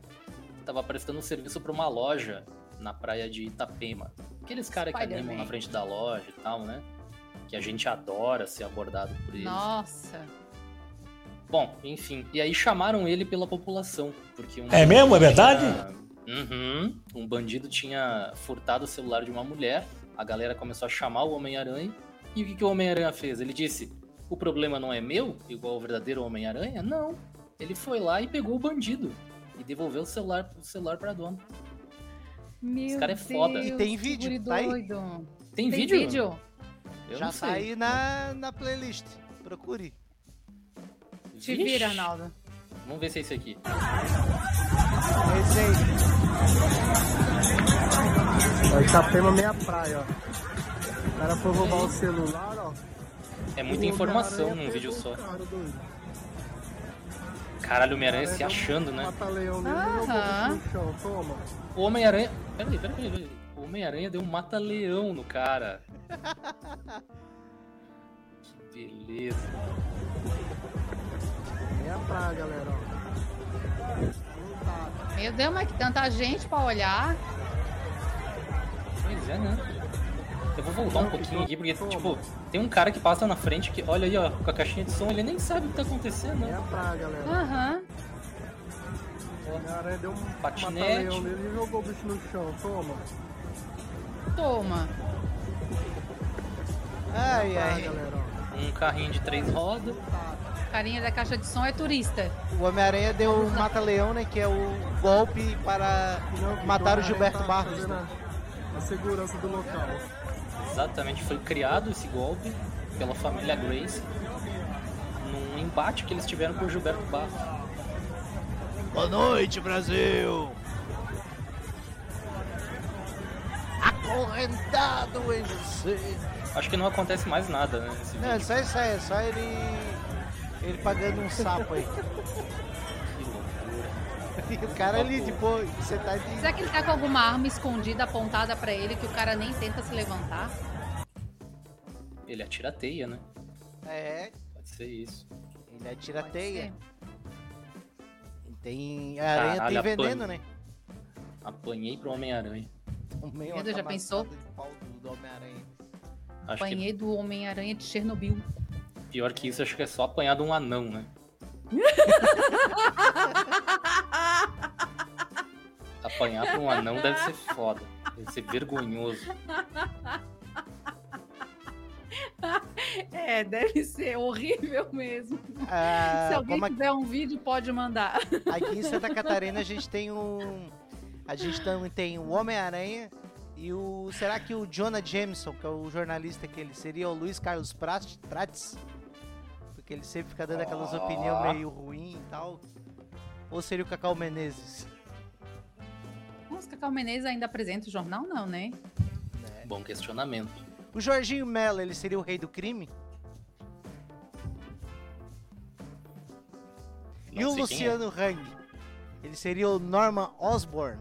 Speaker 1: tava prestando um serviço pra uma loja na praia de Itapema. Aqueles caras que
Speaker 2: Spider-Man.
Speaker 1: animam na frente da loja e tal, né? Que a gente adora ser abordado por
Speaker 2: uh,
Speaker 1: eles.
Speaker 2: Nossa.
Speaker 1: Bom, enfim. E aí chamaram ele pela população, porque um
Speaker 3: É mesmo? É verdade?
Speaker 1: Uhum. Um bandido tinha furtado o celular de uma mulher. A galera começou a chamar o Homem-Aranha. E o que, que o Homem-Aranha fez? Ele disse: O problema não é meu, igual o verdadeiro Homem-Aranha? Não. Ele foi lá e pegou o bandido. E devolveu o celular, o celular pra dona.
Speaker 2: Meu
Speaker 1: cara é foda.
Speaker 2: Deus,
Speaker 4: E tem
Speaker 2: que
Speaker 4: vídeo,
Speaker 2: guri
Speaker 4: tá aí?
Speaker 2: doido.
Speaker 1: Tem,
Speaker 2: Tem
Speaker 1: vídeo?
Speaker 2: vídeo?
Speaker 1: Eu
Speaker 4: Já
Speaker 1: não sei.
Speaker 4: tá aí na, na playlist. Procure.
Speaker 2: Te
Speaker 1: Vixe.
Speaker 2: vira, Arnaldo.
Speaker 1: Vamos ver se é esse aqui.
Speaker 4: É isso aí.
Speaker 6: Ó, Itapema meia praia, ó. O cara foi roubar o celular, ó.
Speaker 1: É muita informação num
Speaker 2: é um
Speaker 1: vídeo só. Caralho, o Homem-Aranha
Speaker 2: é um
Speaker 1: se achando, né?
Speaker 6: Mata-leão
Speaker 2: Aham.
Speaker 6: chão, toma.
Speaker 1: O Homem-Aranha. Peraí, peraí, peraí. peraí. O Homem-Aranha deu um mata-leão no cara. que beleza.
Speaker 6: Meia praia, galera, ó. Lotado.
Speaker 2: Meu Deus, mas que tanta gente pra olhar.
Speaker 1: Pois é, né? Eu vou voltar um pouquinho aqui, porque, tipo, tem um cara que passa na frente que olha aí, ó, com a caixinha de som, ele nem sabe o que tá acontecendo,
Speaker 6: É
Speaker 1: né?
Speaker 6: a praia, galera.
Speaker 2: Aham.
Speaker 6: O cara deu um
Speaker 1: Patinete.
Speaker 6: mataleão nele e jogou o bicho no chão. Toma.
Speaker 2: Toma.
Speaker 4: Ai,
Speaker 6: Praia,
Speaker 4: ai.
Speaker 6: galera. ó.
Speaker 1: Um carrinho de três rodas.
Speaker 2: Carinha da caixa de som é turista.
Speaker 4: O Homem-Aranha deu o Mata-Leão, né? Que é o golpe para
Speaker 6: Não, que
Speaker 4: matar o
Speaker 6: Dona
Speaker 4: Gilberto
Speaker 6: Aranha tá
Speaker 4: Barros.
Speaker 6: fazendo
Speaker 4: né?
Speaker 6: A, a segurança do local.
Speaker 1: Exatamente, foi criado esse golpe pela família Grace num embate que eles tiveram com o Gilberto Barros.
Speaker 4: Boa noite, Brasil! Acorrentado em você.
Speaker 1: Acho que não acontece mais nada, né? Nesse
Speaker 4: Não, é
Speaker 1: vídeo.
Speaker 4: só isso aí, é só ele. Ele pagando um sapo aí.
Speaker 1: Que loucura.
Speaker 4: E o cara ali, tipo, você tá de.
Speaker 2: Será que ele tá com alguma arma escondida apontada pra ele que o cara nem tenta se levantar?
Speaker 1: Ele atira a teia, né?
Speaker 4: É,
Speaker 1: Pode ser isso.
Speaker 4: ele atira
Speaker 2: Pode
Speaker 4: teia.
Speaker 2: ser.
Speaker 4: Tem. A aranha
Speaker 1: Caralho,
Speaker 4: tem
Speaker 1: a
Speaker 4: veneno,
Speaker 1: pane.
Speaker 4: né?
Speaker 1: Apanhei pro Homem-Aranha.
Speaker 4: Tomei
Speaker 2: Meu
Speaker 4: uma
Speaker 2: Deus, já
Speaker 4: camaçada
Speaker 2: pensou?
Speaker 4: de pau do- do Homem-Aranha.
Speaker 1: Acho
Speaker 2: Apanhei do Homem-Aranha de Chernobyl.
Speaker 1: que pior que isso, acho que é só apanhar de um anão, né? Apanhar pra um anão deve ser foda. Deve ser vergonhoso.
Speaker 2: É, deve ser horrível mesmo.
Speaker 4: Ah,
Speaker 2: Se alguém
Speaker 4: como
Speaker 2: tiver um vídeo, pode mandar.
Speaker 4: Aqui em Santa Catarina a gente tem um. A gente tam- tem o Homem-Aranha e o. Será que o Jonah Jameson, que é o jornalista que ele seria, o Luiz Carlos Prat- Prates? Porque ele sempre fica dando aquelas
Speaker 1: Ó.
Speaker 4: opiniões meio ruim e tal. Ou seria o Cacau Menezes?
Speaker 2: Nossa, Cacau Menezes ainda apresenta o jornal, não, né?
Speaker 1: Bom questionamento.
Speaker 4: O Jorginho Mello, ele seria o rei do crime?
Speaker 1: Não
Speaker 4: e
Speaker 1: sei
Speaker 4: o
Speaker 1: quem é.
Speaker 4: Luciano Hang? Ele seria o Norman Osborn?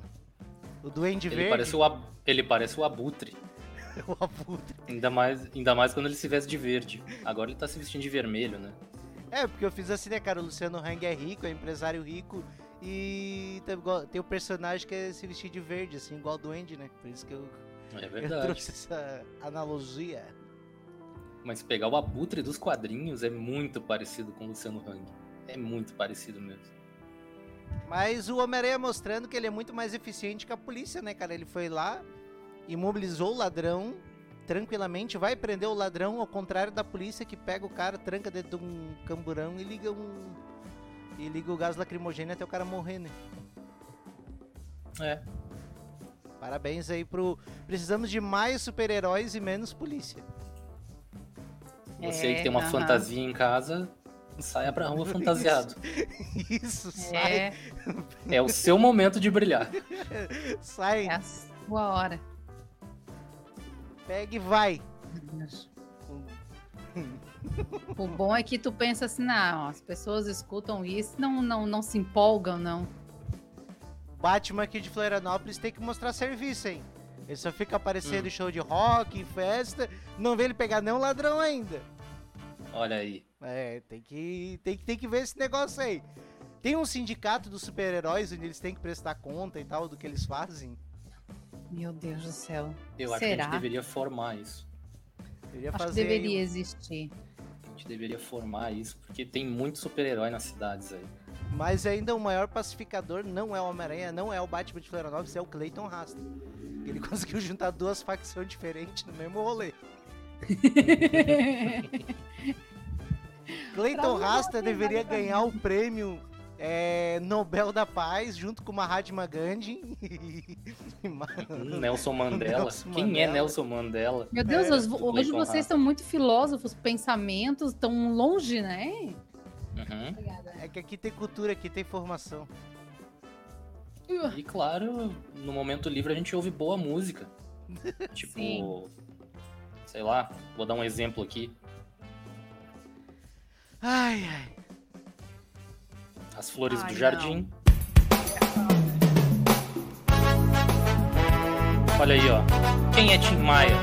Speaker 4: O Duende
Speaker 1: Ele
Speaker 4: Verde?
Speaker 1: parece, o ab- ele parece o abutre.
Speaker 4: o Abutre.
Speaker 1: Ainda mais, ainda mais quando ele se veste de verde. Agora ele tá se vestindo de vermelho, né?
Speaker 4: É, porque eu fiz assim, né, cara? O Luciano Hang é rico, é empresário rico e tem igual- tem o personagem que é se vestir de verde, assim, igual do Andy, né? Por isso que eu,
Speaker 1: É
Speaker 4: eu
Speaker 1: verdade.
Speaker 4: trouxe essa analogia.
Speaker 1: Mas pegar o abutre dos quadrinhos é muito parecido com o Luciano Hang. É muito parecido mesmo.
Speaker 4: Mas o Homem-Aranha mostrando que ele é muito mais eficiente que a polícia, né, cara? Ele foi lá, imobilizou o ladrão tranquilamente, vai prender o ladrão, ao contrário da polícia que pega o cara, tranca dentro de um camburão e liga um. E liga o gás lacrimogêneo até o cara morrer, né?
Speaker 1: É.
Speaker 4: Parabéns aí pro. Precisamos de mais super-heróis e menos polícia.
Speaker 1: Você aí
Speaker 2: É,
Speaker 1: que tem uma
Speaker 2: aham.
Speaker 1: fantasia em casa, saia pra rua É um fantasiado.
Speaker 4: Isso, sai,
Speaker 2: É,
Speaker 1: É o seu momento de brilhar.
Speaker 4: sai,
Speaker 2: é a sua hora.
Speaker 4: pega e vai.
Speaker 2: O bom é que tu pensa assim, não, as pessoas escutam isso, não, não, não se empolgam, não.
Speaker 4: Batman aqui de Florianópolis tem que mostrar serviço, hein? Ele só fica aparecendo em show de rock, em festa, não vê ele pegar nenhum ladrão ainda.
Speaker 1: Olha aí.
Speaker 4: É, tem que, tem, que- tem que ver esse negócio aí. Tem um sindicato dos super-heróis onde eles têm que prestar conta e tal do que eles fazem.
Speaker 2: Meu Deus do céu.
Speaker 1: Eu acho que a
Speaker 2: Será?
Speaker 1: gente deveria formar isso.
Speaker 4: Eu ia
Speaker 2: Acho que
Speaker 4: fazer aí um-
Speaker 2: deveria existir.
Speaker 1: A gente deveria formar isso, porque tem muito super-herói nas cidades aí.
Speaker 4: um- Mas ainda o maior pacificador não é o Homem-Aranha, não é o Batman de Florianópolis, é o Clayton Rasta. Ele conseguiu juntar duas facções diferentes no mesmo rolê. Cleiton Rasta deveria ganhar o prêmio é, Nobel da Paz junto com Mahatma Gandhi. E ma-
Speaker 1: Hum, Nelson Mandela.
Speaker 4: Uhum. Nelson
Speaker 1: Quem é
Speaker 4: Mandela.
Speaker 1: Nelson Mandela?
Speaker 2: Meu Deus,
Speaker 4: É,
Speaker 2: os-
Speaker 1: do
Speaker 2: hoje
Speaker 1: Clayton
Speaker 2: vocês
Speaker 1: Rasta.
Speaker 2: estão muito filósofos, pensamentos tão longe, né?
Speaker 1: Uhum.
Speaker 4: é que aqui tem cultura, aqui tem formação.
Speaker 1: E claro, no momento livre a gente ouve boa música. Tipo,
Speaker 2: Sim.
Speaker 1: sei lá, vou dar um exemplo aqui.
Speaker 4: Ai, ai.
Speaker 1: As Flores
Speaker 2: Ai,
Speaker 1: do
Speaker 2: não.
Speaker 1: Jardim. Olha aí, ó. Quem é Tim Maia?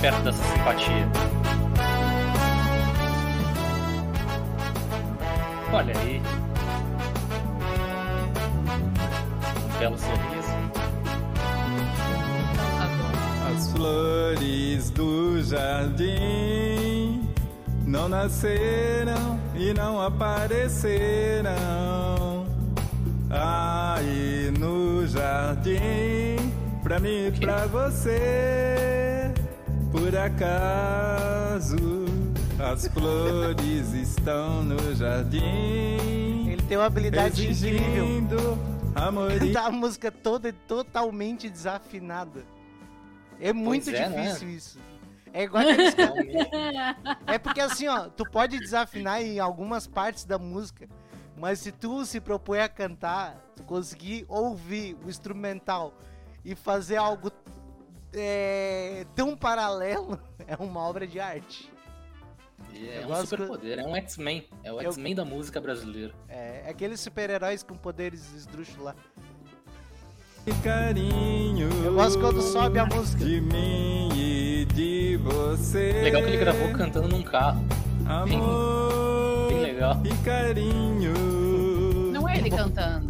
Speaker 1: Perto dessa simpatia. Olha aí. Um belo sorriso.
Speaker 7: As flores do jardim não nasceram e não apareceram. Aí no jardim, pra mim e pra você, por acaso. As flores estão no jardim.
Speaker 4: Ele tem uma habilidade incrível.
Speaker 7: exigindo amorim.
Speaker 4: Cantar a música toda totalmente desafinada. É muito
Speaker 1: é, né?
Speaker 4: difícil isso. É igual aqueles caras.
Speaker 1: Realmente.
Speaker 4: É porque assim, ó, tu pode desafinar em algumas partes da música, mas se tu se propõe a cantar, tu conseguir ouvir o instrumental e fazer algo é, tão paralelo, é uma obra de arte.
Speaker 1: E É
Speaker 4: Eu
Speaker 1: um
Speaker 4: gosto
Speaker 1: superpoder, é um X-Men. É o
Speaker 4: Eu-
Speaker 1: X-Men da música brasileira.
Speaker 4: É, é aqueles super-heróis com poderes esdrúxulos lá.
Speaker 7: e carinho.
Speaker 4: Eu gosto quando sobe a música.
Speaker 7: de mim e de você.
Speaker 1: Legal que ele gravou cantando num carro.
Speaker 7: Amor
Speaker 1: Bem legal.
Speaker 7: e carinho.
Speaker 2: Não é ele cantando.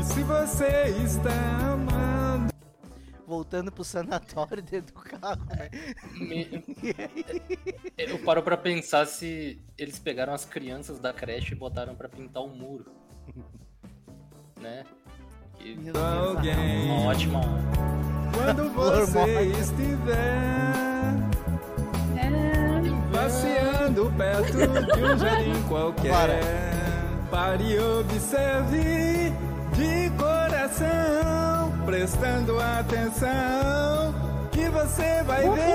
Speaker 7: E se você está amando.
Speaker 4: Voltando pro sanatório dentro do carro, né?
Speaker 1: Me- Eu paro pra pensar se eles pegaram as crianças da creche e botaram pra pintar o muro. Né? Que
Speaker 4: Meu Deus.
Speaker 7: Alguém,
Speaker 1: uma ótima.
Speaker 7: quando
Speaker 4: Flor morta.
Speaker 7: você estiver passeando perto de um jardim qualquer,
Speaker 4: Bora.
Speaker 7: pare e observe de coração, prestando atenção, que você vai ver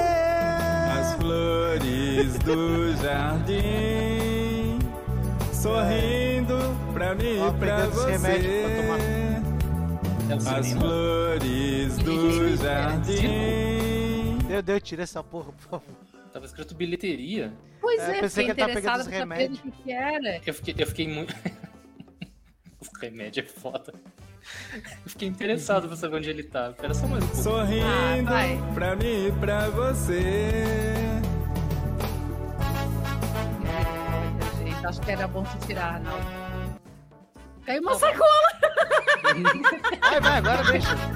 Speaker 7: as flores do jardim sorrindo pra mim
Speaker 4: Ó,
Speaker 7: e pra
Speaker 4: pegando esse remédio pra tomar.
Speaker 7: você.
Speaker 1: É o
Speaker 7: As
Speaker 1: cinema.
Speaker 7: flores do jardim.
Speaker 4: Meu Deus, tira essa porra, por favor.
Speaker 1: Tava escrito bilheteria.
Speaker 2: Pois
Speaker 4: É,
Speaker 2: é, fiquei
Speaker 4: pensei que ele tá pegando
Speaker 2: interessada
Speaker 4: os
Speaker 2: pra saber
Speaker 4: remédios.
Speaker 2: o que que era.
Speaker 1: Eu fiquei, eu fiquei muito. Os remédios é foda. Eu fiquei interessado pra saber onde ele tá. Pera só mais um pouco.
Speaker 7: Sorrindo
Speaker 2: Ah, vai.
Speaker 7: pra mim e pra você.
Speaker 2: É, gente, acho que era bom se tirar, não. Caiu uma sacola.
Speaker 4: Vai, vai, agora deixa.
Speaker 1: Tá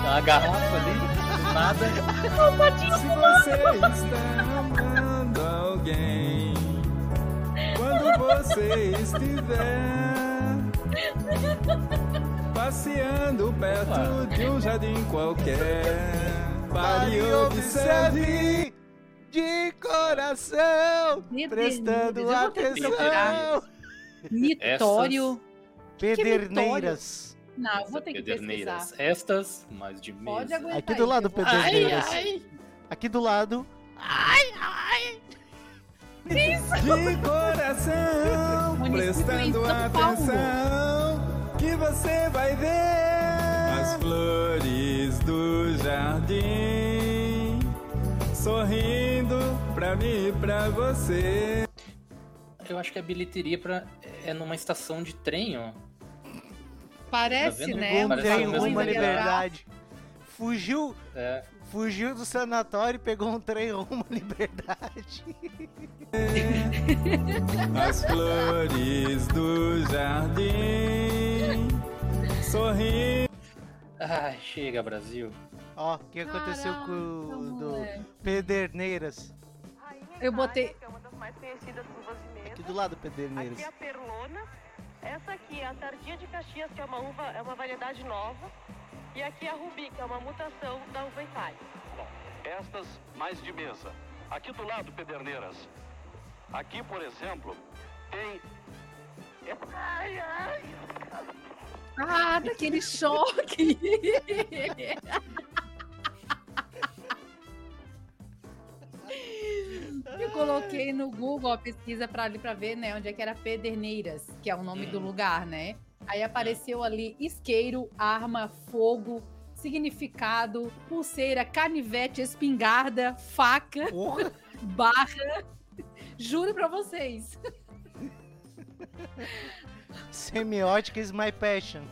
Speaker 1: Uma garrafa ali, do nada.
Speaker 7: Se você está amando alguém, quando você estiver passeando perto de um jardim qualquer, pare e observe.
Speaker 4: de coração,
Speaker 2: Meu
Speaker 4: prestando
Speaker 2: Deus, eu vou ter que procurar.
Speaker 4: atenção.
Speaker 2: Mitório.
Speaker 4: Pederneiras.
Speaker 2: Não, eu vou ter que pesquisar.
Speaker 1: Pederneiras. Tá Estas, mais de mesa.
Speaker 2: Pode aguentar.
Speaker 4: Aqui do lado,
Speaker 2: aí, eu vou-
Speaker 4: Pederneiras. Aqui do lado,
Speaker 7: de coração,
Speaker 2: Município em
Speaker 7: prestando
Speaker 2: São Paulo.
Speaker 7: atenção, que você vai ver as flores do jardim sorrindo pra mim e pra você.
Speaker 1: Eu acho que a bilheteria pra... é numa estação de trem, ó. Tá
Speaker 2: Parece,
Speaker 1: vendo?
Speaker 2: né?
Speaker 1: É,
Speaker 4: um
Speaker 1: parece
Speaker 4: trem
Speaker 1: o mesmo
Speaker 2: coisa
Speaker 4: rumo à
Speaker 1: lugar.
Speaker 2: ali
Speaker 4: liberdade. Fugiu,
Speaker 1: É.
Speaker 4: fugiu do sanatório e pegou um trem rumo à liberdade.
Speaker 7: As flores do jardim sorrindo.
Speaker 1: Ai, Ah, chega, Brasil.
Speaker 4: Ó, o que aconteceu
Speaker 2: Caraca,
Speaker 4: com o do
Speaker 2: moleque.
Speaker 4: Pederneiras?
Speaker 2: Eu botei-
Speaker 8: Que é uma das mais conhecidas uvas de mesa.
Speaker 4: Aqui do lado,
Speaker 8: Aqui é
Speaker 2: é
Speaker 4: Pederneiras.
Speaker 8: a perlona. Essa aqui é a tardia de Caxias, que é uma uva, é uma variedade nova. E aqui é a rubi, que é uma mutação da uva Itália.
Speaker 9: Bom, estas mais de mesa. Aqui do lado, Pederneiras. Aqui, por exemplo, tem. Ai, ai.
Speaker 2: Ah, daquele choque. Eu coloquei no Google a pesquisa para ali para ver, né, onde é que era Pederneiras, que é o nome
Speaker 1: Uhum.
Speaker 2: do lugar, né? Aí apareceu
Speaker 1: É.
Speaker 2: ali isqueiro, arma, fogo, significado, pulseira, canivete, espingarda, faca,
Speaker 4: Porra,
Speaker 2: barra. Juro para vocês.
Speaker 4: semiótica is my passion.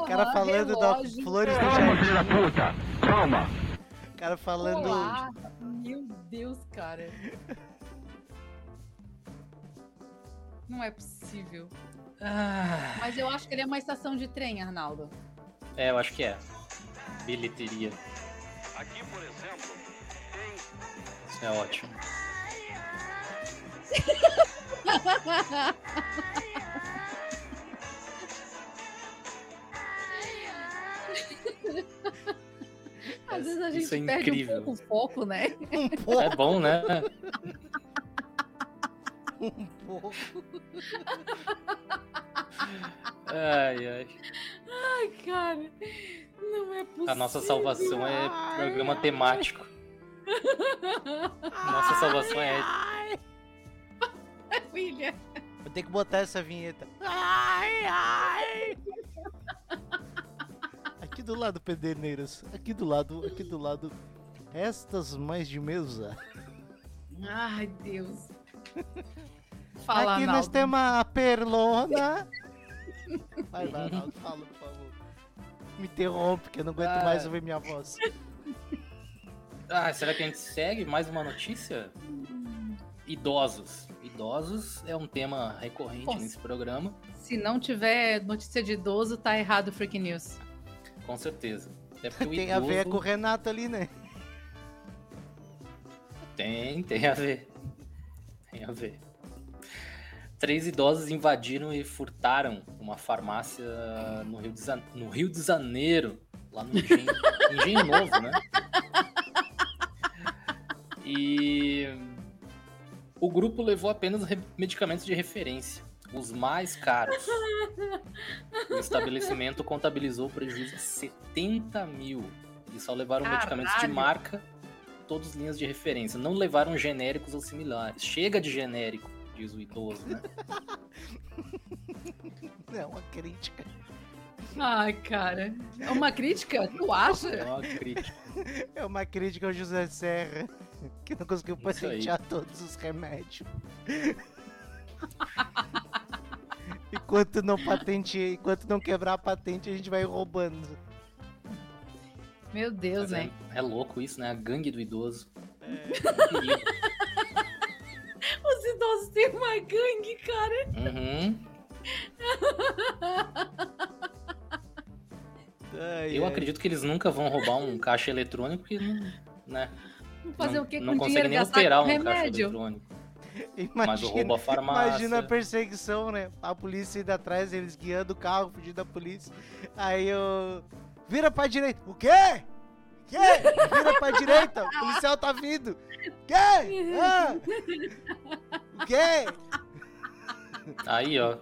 Speaker 4: O cara
Speaker 2: Aham,
Speaker 4: falando das
Speaker 2: relógio.
Speaker 4: flores do jardim.
Speaker 9: da puta! Calma!
Speaker 4: O cara falando.
Speaker 2: Olá. Meu Deus, cara. Não é possível.
Speaker 1: Ah,
Speaker 2: Mas eu acho que ele é uma estação de trem, Arnaldo.
Speaker 1: é, eu acho que é. Bilheteria.
Speaker 9: Aqui, por exemplo, tem
Speaker 1: Isso é ótimo.
Speaker 2: Às vezes a gente
Speaker 1: Isso é
Speaker 2: perde
Speaker 1: incrível.
Speaker 2: um pouco o foco, né?
Speaker 4: Um pouco,
Speaker 1: É bom, né?
Speaker 4: um pouco.
Speaker 1: Ai, ai.
Speaker 2: Ai, cara, não é possível.
Speaker 1: A nossa salvação é programa temático. Nossa salvação é
Speaker 2: Filha.
Speaker 4: Vou ter que botar essa vinheta. Aqui do lado, Pederneiras. Aqui do lado, aqui do lado. Estas mais de mesa.
Speaker 2: Ai, Deus. Fala,
Speaker 4: aqui nós
Speaker 2: Arnaldo.
Speaker 4: temos a perlona. Vai lá, Arnaldo, fala, por favor. Me interrompe, que eu não aguento
Speaker 1: Ah.
Speaker 4: mais ouvir minha voz.
Speaker 1: Ah, será que a gente segue mais uma notícia? Idosos. Idosos é um tema recorrente
Speaker 2: Nossa.
Speaker 1: nesse programa,
Speaker 2: Se não tiver notícia de idoso, tá errado o Freak News.
Speaker 1: com certeza. Até porque o
Speaker 4: Tem
Speaker 1: idoso...
Speaker 4: a ver com o Renato ali, né?
Speaker 1: Tem, tem a ver. Tem a ver. Três idosos invadiram e furtaram uma farmácia no Rio de, Zan... no Rio de Janeiro, lá no Engenho, Engenho Novo, né? E o grupo levou apenas re- medicamentos de referência, os mais caros. O estabelecimento contabilizou o prejuízo de 70 mil e só levaram medicamentos de
Speaker 2: Caralho.
Speaker 1: marca, todas linhas de referência. Não levaram genéricos ou similares. Chega de genérico, diz o idoso, né?
Speaker 4: É uma crítica.
Speaker 2: Ai, cara. É uma crítica? Tu acha?
Speaker 1: É uma crítica.
Speaker 4: É uma crítica ao José Serra, que não conseguiu
Speaker 1: Isso aí.
Speaker 4: patentear todos os remédios. enquanto não patentear, enquanto não quebrar a patente, a gente vai roubando.
Speaker 2: Meu Deus,
Speaker 1: Mas
Speaker 2: né?
Speaker 1: é, é louco isso, né? A gangue do idoso.
Speaker 2: Os idosos têm uma gangue, cara.
Speaker 1: Uhum.
Speaker 4: Ai,
Speaker 1: Eu
Speaker 4: ai.
Speaker 1: acredito que eles nunca vão roubar um caixa eletrônico porque não, né?
Speaker 2: Fazer
Speaker 1: não,
Speaker 2: o quê
Speaker 1: Não
Speaker 2: com
Speaker 1: consegue
Speaker 2: dinheiro?
Speaker 1: nem
Speaker 2: Gastar
Speaker 1: operar
Speaker 2: com
Speaker 1: um caixa
Speaker 2: remédio?
Speaker 1: eletrônico. Mas o
Speaker 4: Imagina,
Speaker 1: roubo à farmácia.
Speaker 4: imagina a perseguição, né? A polícia indo atrás, eles guiando o carro, fugindo da polícia. Aí eu. Vira pra direita. O quê? Quê? Vira pra direita. O policial tá vindo. Quê? Ah! O quê?
Speaker 1: Aí, ó.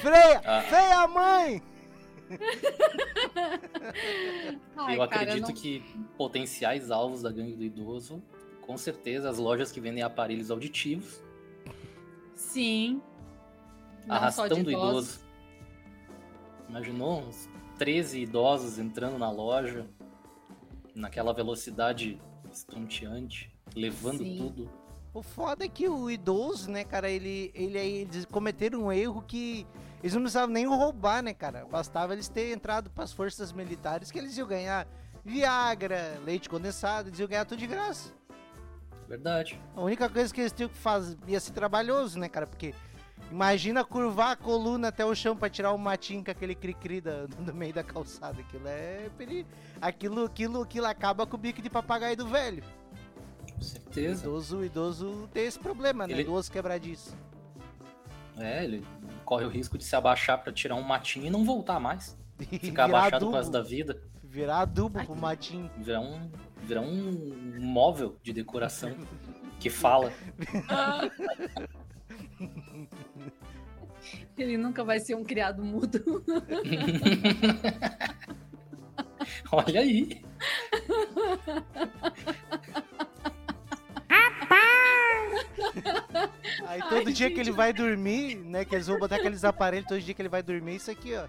Speaker 4: Freia!
Speaker 1: Ah.
Speaker 4: Freia a mãe!
Speaker 2: Ai,
Speaker 1: eu
Speaker 2: cara,
Speaker 1: acredito
Speaker 2: não-
Speaker 1: que potenciais alvos da gangue do idoso, com certeza, as lojas que vendem aparelhos auditivos,
Speaker 2: Sim. Não só de
Speaker 1: arrastão do
Speaker 2: idosos.
Speaker 1: idoso. Imaginou uns 13 idosos entrando na loja, naquela velocidade estonteante, levando
Speaker 2: Sim.
Speaker 1: tudo.
Speaker 4: O foda é que o idoso, né, cara, ele, ele aí, eles cometeram um erro que eles não precisavam nem roubar, né, cara? Bastava eles terem entrado pras forças militares que eles iam ganhar Viagra, leite condensado, eles iam ganhar tudo de graça.
Speaker 1: Verdade.
Speaker 4: A única coisa que eles tinham que fazer ia ser trabalhoso, né, cara? Porque imagina curvar a coluna até o chão pra tirar o matinho com aquele cri-cri da- do meio da calçada. Aquilo é perigo. Aquilo, aquilo, aquilo acaba com o bico de papagaio do velho.
Speaker 1: Com
Speaker 4: O
Speaker 1: certeza.
Speaker 4: idoso, o idoso tem esse problema, né?
Speaker 1: Ele-
Speaker 4: Idoso quebradiço.
Speaker 1: É, ele corre o risco de se abaixar pra tirar um matinho e não voltar mais.
Speaker 4: E
Speaker 1: Ficar
Speaker 4: virar
Speaker 1: abaixado
Speaker 4: adubo,
Speaker 1: por causa da vida.
Speaker 4: Virar adubo pro matinho.
Speaker 1: Virar um, virar um móvel de decoração que fala.
Speaker 2: Ele nunca vai ser um criado mudo.
Speaker 1: Olha aí.
Speaker 4: Aí todo dia que ele vai dormir, né? Que eles vão botar aqueles aparelhos, todo dia que ele vai dormir, isso aqui, ó.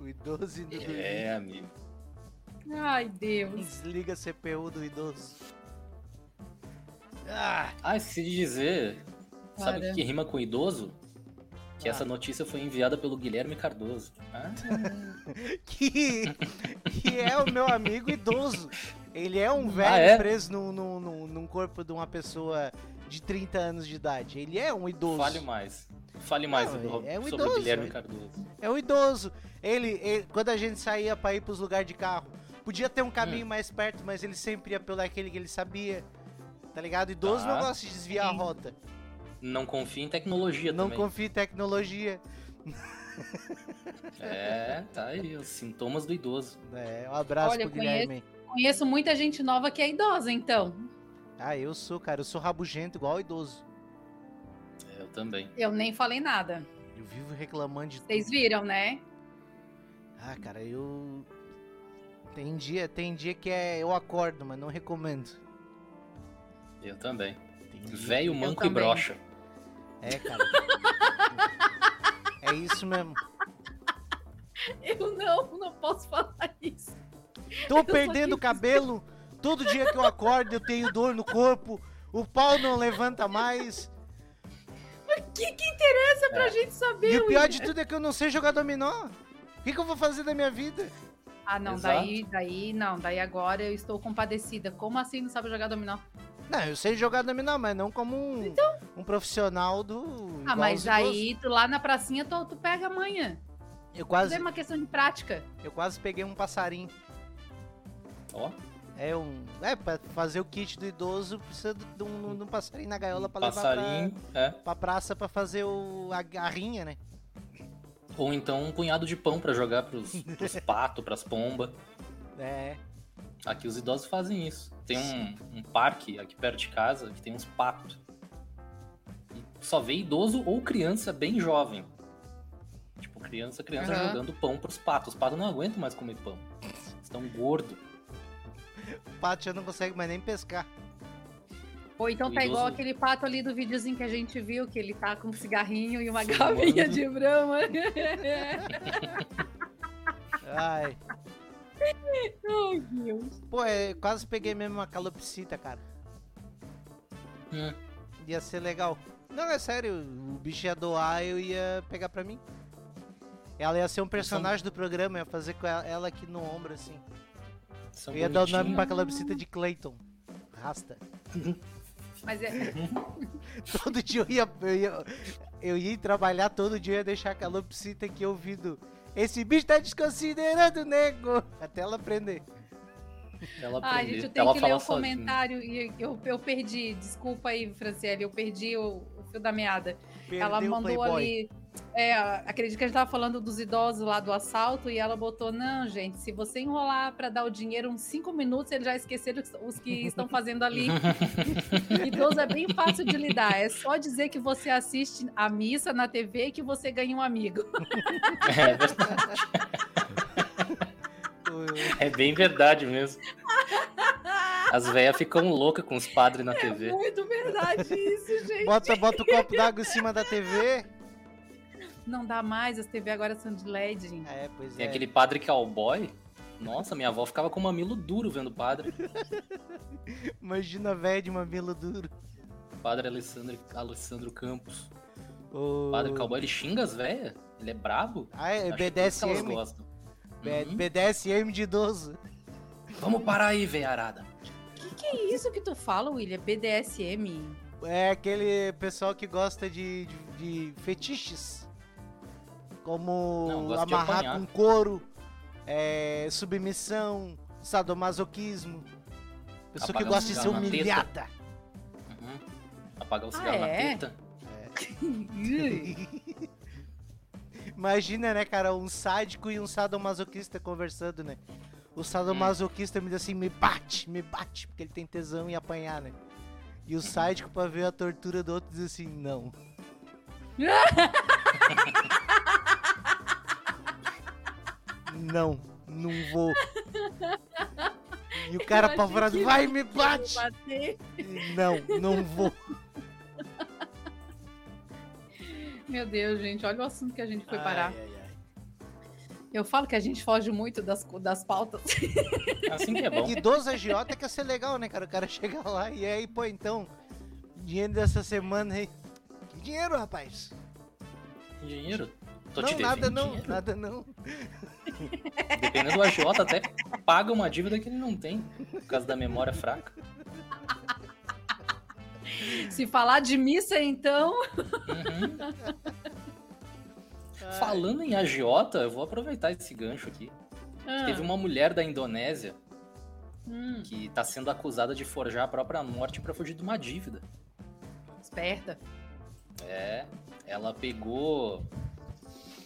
Speaker 4: o idoso indo dormir.
Speaker 1: É, amigo.
Speaker 2: Ai, Deus.
Speaker 4: Desliga a CPU do idoso. Ah,
Speaker 1: Ah, esqueci de dizer. Sabe o
Speaker 2: Cara.
Speaker 1: que que rima com idoso? Que
Speaker 4: Ah.
Speaker 1: essa notícia foi enviada pelo Guilherme Cardoso. Ah,
Speaker 4: que, que é o meu amigo idoso. Ele é um velho
Speaker 1: é?
Speaker 4: preso num, num- num- num corpo de uma pessoa de 30 anos de idade. Ele é um idoso.
Speaker 1: Fale mais. Fale mais
Speaker 4: Não,
Speaker 1: sobre,
Speaker 4: é um
Speaker 1: sobre
Speaker 4: idoso,
Speaker 1: o Guilherme
Speaker 4: é-
Speaker 1: Cardoso.
Speaker 4: É um idoso. Ele, ele- quando a gente saía pra ir pros lugares de carro, podia ter um
Speaker 1: Hum.
Speaker 4: caminho mais perto, mas ele sempre ia pelo aquele que ele sabia. Tá ligado? Idoso
Speaker 1: Tá.
Speaker 4: não gosta de desviar a rota.
Speaker 1: Não confia em tecnologia
Speaker 4: não
Speaker 1: também.
Speaker 4: confia em tecnologia.
Speaker 1: É, tá aí, os sintomas do idoso.
Speaker 4: É, um abraço
Speaker 2: Olha,
Speaker 4: pro Guilherme.
Speaker 2: Conheço muita gente nova que é idosa, então.
Speaker 4: Ah, eu sou, cara. Eu sou rabugento igual idoso.
Speaker 1: É, Eu também.
Speaker 2: Eu nem falei nada.
Speaker 4: Eu vivo reclamando de
Speaker 2: Vocês viram, né?
Speaker 4: Ah, cara, eu. Tem dia, tem dia que é. Eu acordo, mas não recomendo.
Speaker 1: Eu também.
Speaker 4: Tem dia que-
Speaker 1: Velho, manco e
Speaker 2: também.
Speaker 1: brocha.
Speaker 4: É, cara. é isso mesmo.
Speaker 2: Eu não, não posso falar isso.
Speaker 4: Tô perdendo o cabelo. Todo dia que eu acordo, eu tenho dor no corpo. O pau não levanta mais.
Speaker 2: O que, que interessa pra
Speaker 1: É.
Speaker 2: gente saber?
Speaker 4: E o pior de
Speaker 2: William?
Speaker 4: tudo é que eu não sei jogar dominó. O que, que eu vou fazer da minha vida?
Speaker 2: Ah, não,
Speaker 1: Exato.
Speaker 2: daí, daí, não, daí agora eu estou compadecida. Como assim não sabe jogar dominó?
Speaker 4: Não, eu sei jogar dominó, mas não como um, um profissional do.
Speaker 2: Então Ah,
Speaker 4: igual
Speaker 2: mas
Speaker 4: os idosos.
Speaker 2: aí tu lá na pracinha tu, tu pega amanhã.
Speaker 4: Eu
Speaker 2: Tudo é
Speaker 4: quase,
Speaker 2: uma questão de prática.
Speaker 4: eu quase peguei um passarinho.
Speaker 1: Ó,
Speaker 4: É um. É, pra fazer o kit do idoso, precisa de um, de um passarinho na gaiola pra levar
Speaker 1: passarinho. é.
Speaker 4: pra, pra praça pra fazer o, a garrinha, né?
Speaker 1: Ou então um punhado de pão pra jogar pros, pros patos, pras pombas.
Speaker 4: É.
Speaker 1: Aqui os idosos fazem isso. Tem um, um parque aqui perto de casa que tem uns patos. E só vê idoso ou criança bem jovem. Tipo, criança, criança
Speaker 2: Aham.
Speaker 1: jogando pão pros patos. Os patos não aguentam mais comer pão. Estão gordos.
Speaker 4: O pato já não consegue mais nem pescar.
Speaker 2: Ou então tá
Speaker 1: Idoso.
Speaker 2: igual aquele pato ali do videozinho que a gente viu, que ele tá com um cigarrinho e uma gavinha de brama.
Speaker 4: Ai.
Speaker 2: Ai, Deus.
Speaker 4: Pô, é, quase peguei mesmo uma calopsita, cara.
Speaker 1: Hum.
Speaker 4: Ia ser legal. Não, é sério, o bicho ia doar, eu ia pegar pra mim. Ela ia ser um personagem do programa, eu ia fazer com ela, ela aqui no ombro, assim.
Speaker 1: São
Speaker 4: Eu ia dar o nome
Speaker 1: bonitinhos.
Speaker 4: pra calopsita de Clayton. Rasta.
Speaker 2: Mas é,
Speaker 4: Todo dia eu ia, eu ia, eu ia trabalhar, todo dia eu ia deixar aquela lopsita aqui ouvindo. Esse bicho tá desconsiderando, nego! Até ela aprender.
Speaker 1: Ela
Speaker 2: Ai,
Speaker 1: aprende.
Speaker 2: gente, eu
Speaker 1: ela
Speaker 2: tenho que ler
Speaker 1: fala
Speaker 2: o
Speaker 1: sozinha.
Speaker 2: comentário e eu, eu perdi. Desculpa aí, Franciele, eu perdi o, o fio da meada. ela
Speaker 4: Perdeu o
Speaker 2: mandou
Speaker 4: Playboy.
Speaker 2: ali. É, acredito que a gente tava falando dos idosos lá do assalto e ela botou: não, gente, se você enrolar pra dar o dinheiro uns cinco minutos, eles já esqueceram os- os que estão fazendo ali. Idoso é bem fácil de lidar. É só dizer que você assiste a missa na TV e que você ganha um amigo.
Speaker 1: É verdade. É bem verdade mesmo. As velhas ficam loucas com os padres na TV.
Speaker 2: É Muito verdade isso, gente.
Speaker 4: Bota, bota o copo d'água em cima da TV.
Speaker 2: Não dá mais, as TV agora são de LED, gente.
Speaker 4: É, pois
Speaker 1: Tem
Speaker 4: é.
Speaker 1: aquele padre cowboy. Nossa, minha avó ficava com o mamilo duro vendo o padre.
Speaker 4: Imagina a véia de mamilo duro.
Speaker 1: Padre Alessandro, Alessandro Campos.
Speaker 4: O...
Speaker 1: O padre cowboy, ele xinga as velhas? Ele é brabo?
Speaker 4: Ah, é
Speaker 1: Acho que é por isso que elas
Speaker 4: BDSM.
Speaker 1: gostam.
Speaker 4: B-
Speaker 1: Uhum.
Speaker 4: BDSM de idoso.
Speaker 1: Vamos parar aí, veiarada.
Speaker 2: Que que é isso que tu fala, William? BDSM?
Speaker 4: É aquele pessoal que gosta de, de, de fetiches. Como
Speaker 1: Não, gosta de
Speaker 4: amarrar
Speaker 1: apanhar.
Speaker 4: com couro, é, submissão, sadomasoquismo. Pessoa que
Speaker 1: Apagar
Speaker 4: gosta
Speaker 1: um
Speaker 4: de ser
Speaker 1: cigarro na teta.
Speaker 4: humilhada.
Speaker 1: Uhum. Apagar o cigarro
Speaker 2: Ah, é?
Speaker 1: na teta.
Speaker 4: Imagina, né, cara, um sádico e um sadomasoquista conversando, né? O sadomasoquista me diz assim, me bate, me bate, porque ele tem tesão em apanhar, né? E o sádico, pra ver a tortura do outro, diz assim, não. não, não vou. E o cara
Speaker 2: Eu acho
Speaker 4: apavorado,
Speaker 2: que-
Speaker 4: vai, me bate!
Speaker 2: Bater.
Speaker 4: Não, não vou.
Speaker 2: Meu Deus, gente, olha o assunto que a gente foi parar.
Speaker 4: Ai, ai, ai.
Speaker 2: Eu falo que a gente foge muito das, co- das pautas.
Speaker 1: Assim que é bom.
Speaker 4: Idoso agiota quer ser legal, né, cara? O cara chega lá e aí, pô, então, dinheiro dessa semana aí. Que dinheiro, rapaz?
Speaker 1: Dinheiro. Tô te
Speaker 4: não,
Speaker 1: devendo
Speaker 4: nada não,
Speaker 1: dinheiro.
Speaker 4: nada não.
Speaker 1: Dependendo do agiota, até paga uma dívida que ele não tem, por causa da memória fraca.
Speaker 2: Se falar de missa, então.
Speaker 1: Uhum. Falando em agiota, eu vou aproveitar esse gancho aqui.
Speaker 2: Ah,
Speaker 1: Teve uma mulher da Indonésia
Speaker 2: hum,
Speaker 1: que tá sendo acusada de forjar a própria morte pra fugir de uma dívida.
Speaker 2: esperta.
Speaker 1: É, ela pegou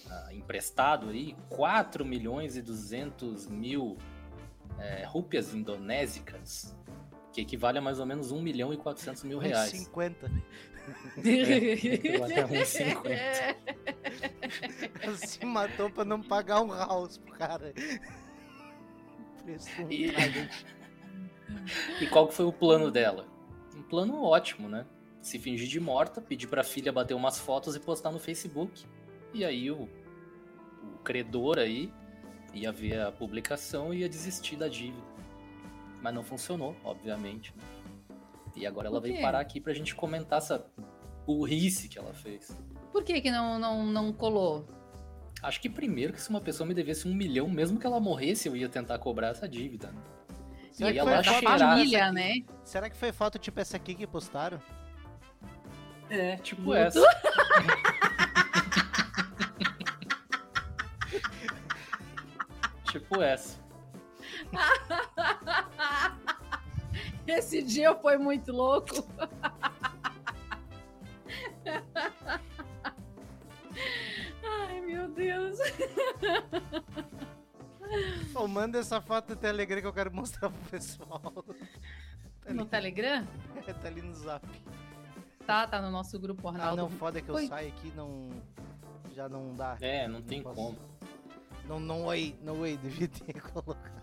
Speaker 1: ah, emprestado aí 4 milhões e 200 mil é, rúpias indonésicas, que equivale a mais ou menos 1 milhão e 400 mil reais.
Speaker 4: 50.
Speaker 1: Eu até 1,50.
Speaker 2: É.
Speaker 4: Se matou pra não pagar um house pro cara. Presunto.
Speaker 1: E- E qual que foi o plano dela? Um plano ótimo, né? Se fingir de morta, pedir pra filha bater umas fotos e postar no Facebook. E aí o, o credor aí ia ver a publicação e ia desistir da dívida. Mas não funcionou, obviamente. né? E agora ela
Speaker 2: Por
Speaker 1: veio
Speaker 2: quê?
Speaker 1: parar aqui pra gente comentar essa burrice que ela fez.
Speaker 2: Por que que não, não, não colou?
Speaker 1: Acho que primeiro que se uma pessoa me devesse um milhão, mesmo que ela morresse, eu ia tentar cobrar essa dívida. né?
Speaker 4: Será
Speaker 1: E
Speaker 4: que
Speaker 1: ela
Speaker 4: foi
Speaker 2: Da
Speaker 1: achei-
Speaker 4: foto-
Speaker 1: cheirada
Speaker 2: família,
Speaker 1: essa
Speaker 2: né?
Speaker 4: Será que foi foto tipo essa aqui que postaram?
Speaker 1: É, tipo
Speaker 2: Muito.
Speaker 1: essa. tipo essa.
Speaker 2: Esse dia foi muito louco. Ai, meu Deus.
Speaker 4: Pô, manda essa foto do Telegram que eu quero mostrar pro pessoal. Tá
Speaker 2: No
Speaker 4: ali,
Speaker 2: Telegram?
Speaker 4: tá ali no zap.
Speaker 2: Tá, tá no nosso grupo,
Speaker 4: Ah,
Speaker 2: Arnaldo.
Speaker 4: não, foda que eu
Speaker 2: Oi.
Speaker 4: saio aqui não. Já não dá.
Speaker 1: É, não tem
Speaker 4: posso.
Speaker 1: como.
Speaker 4: Não, não, oi, não, oi, devia ter colocado.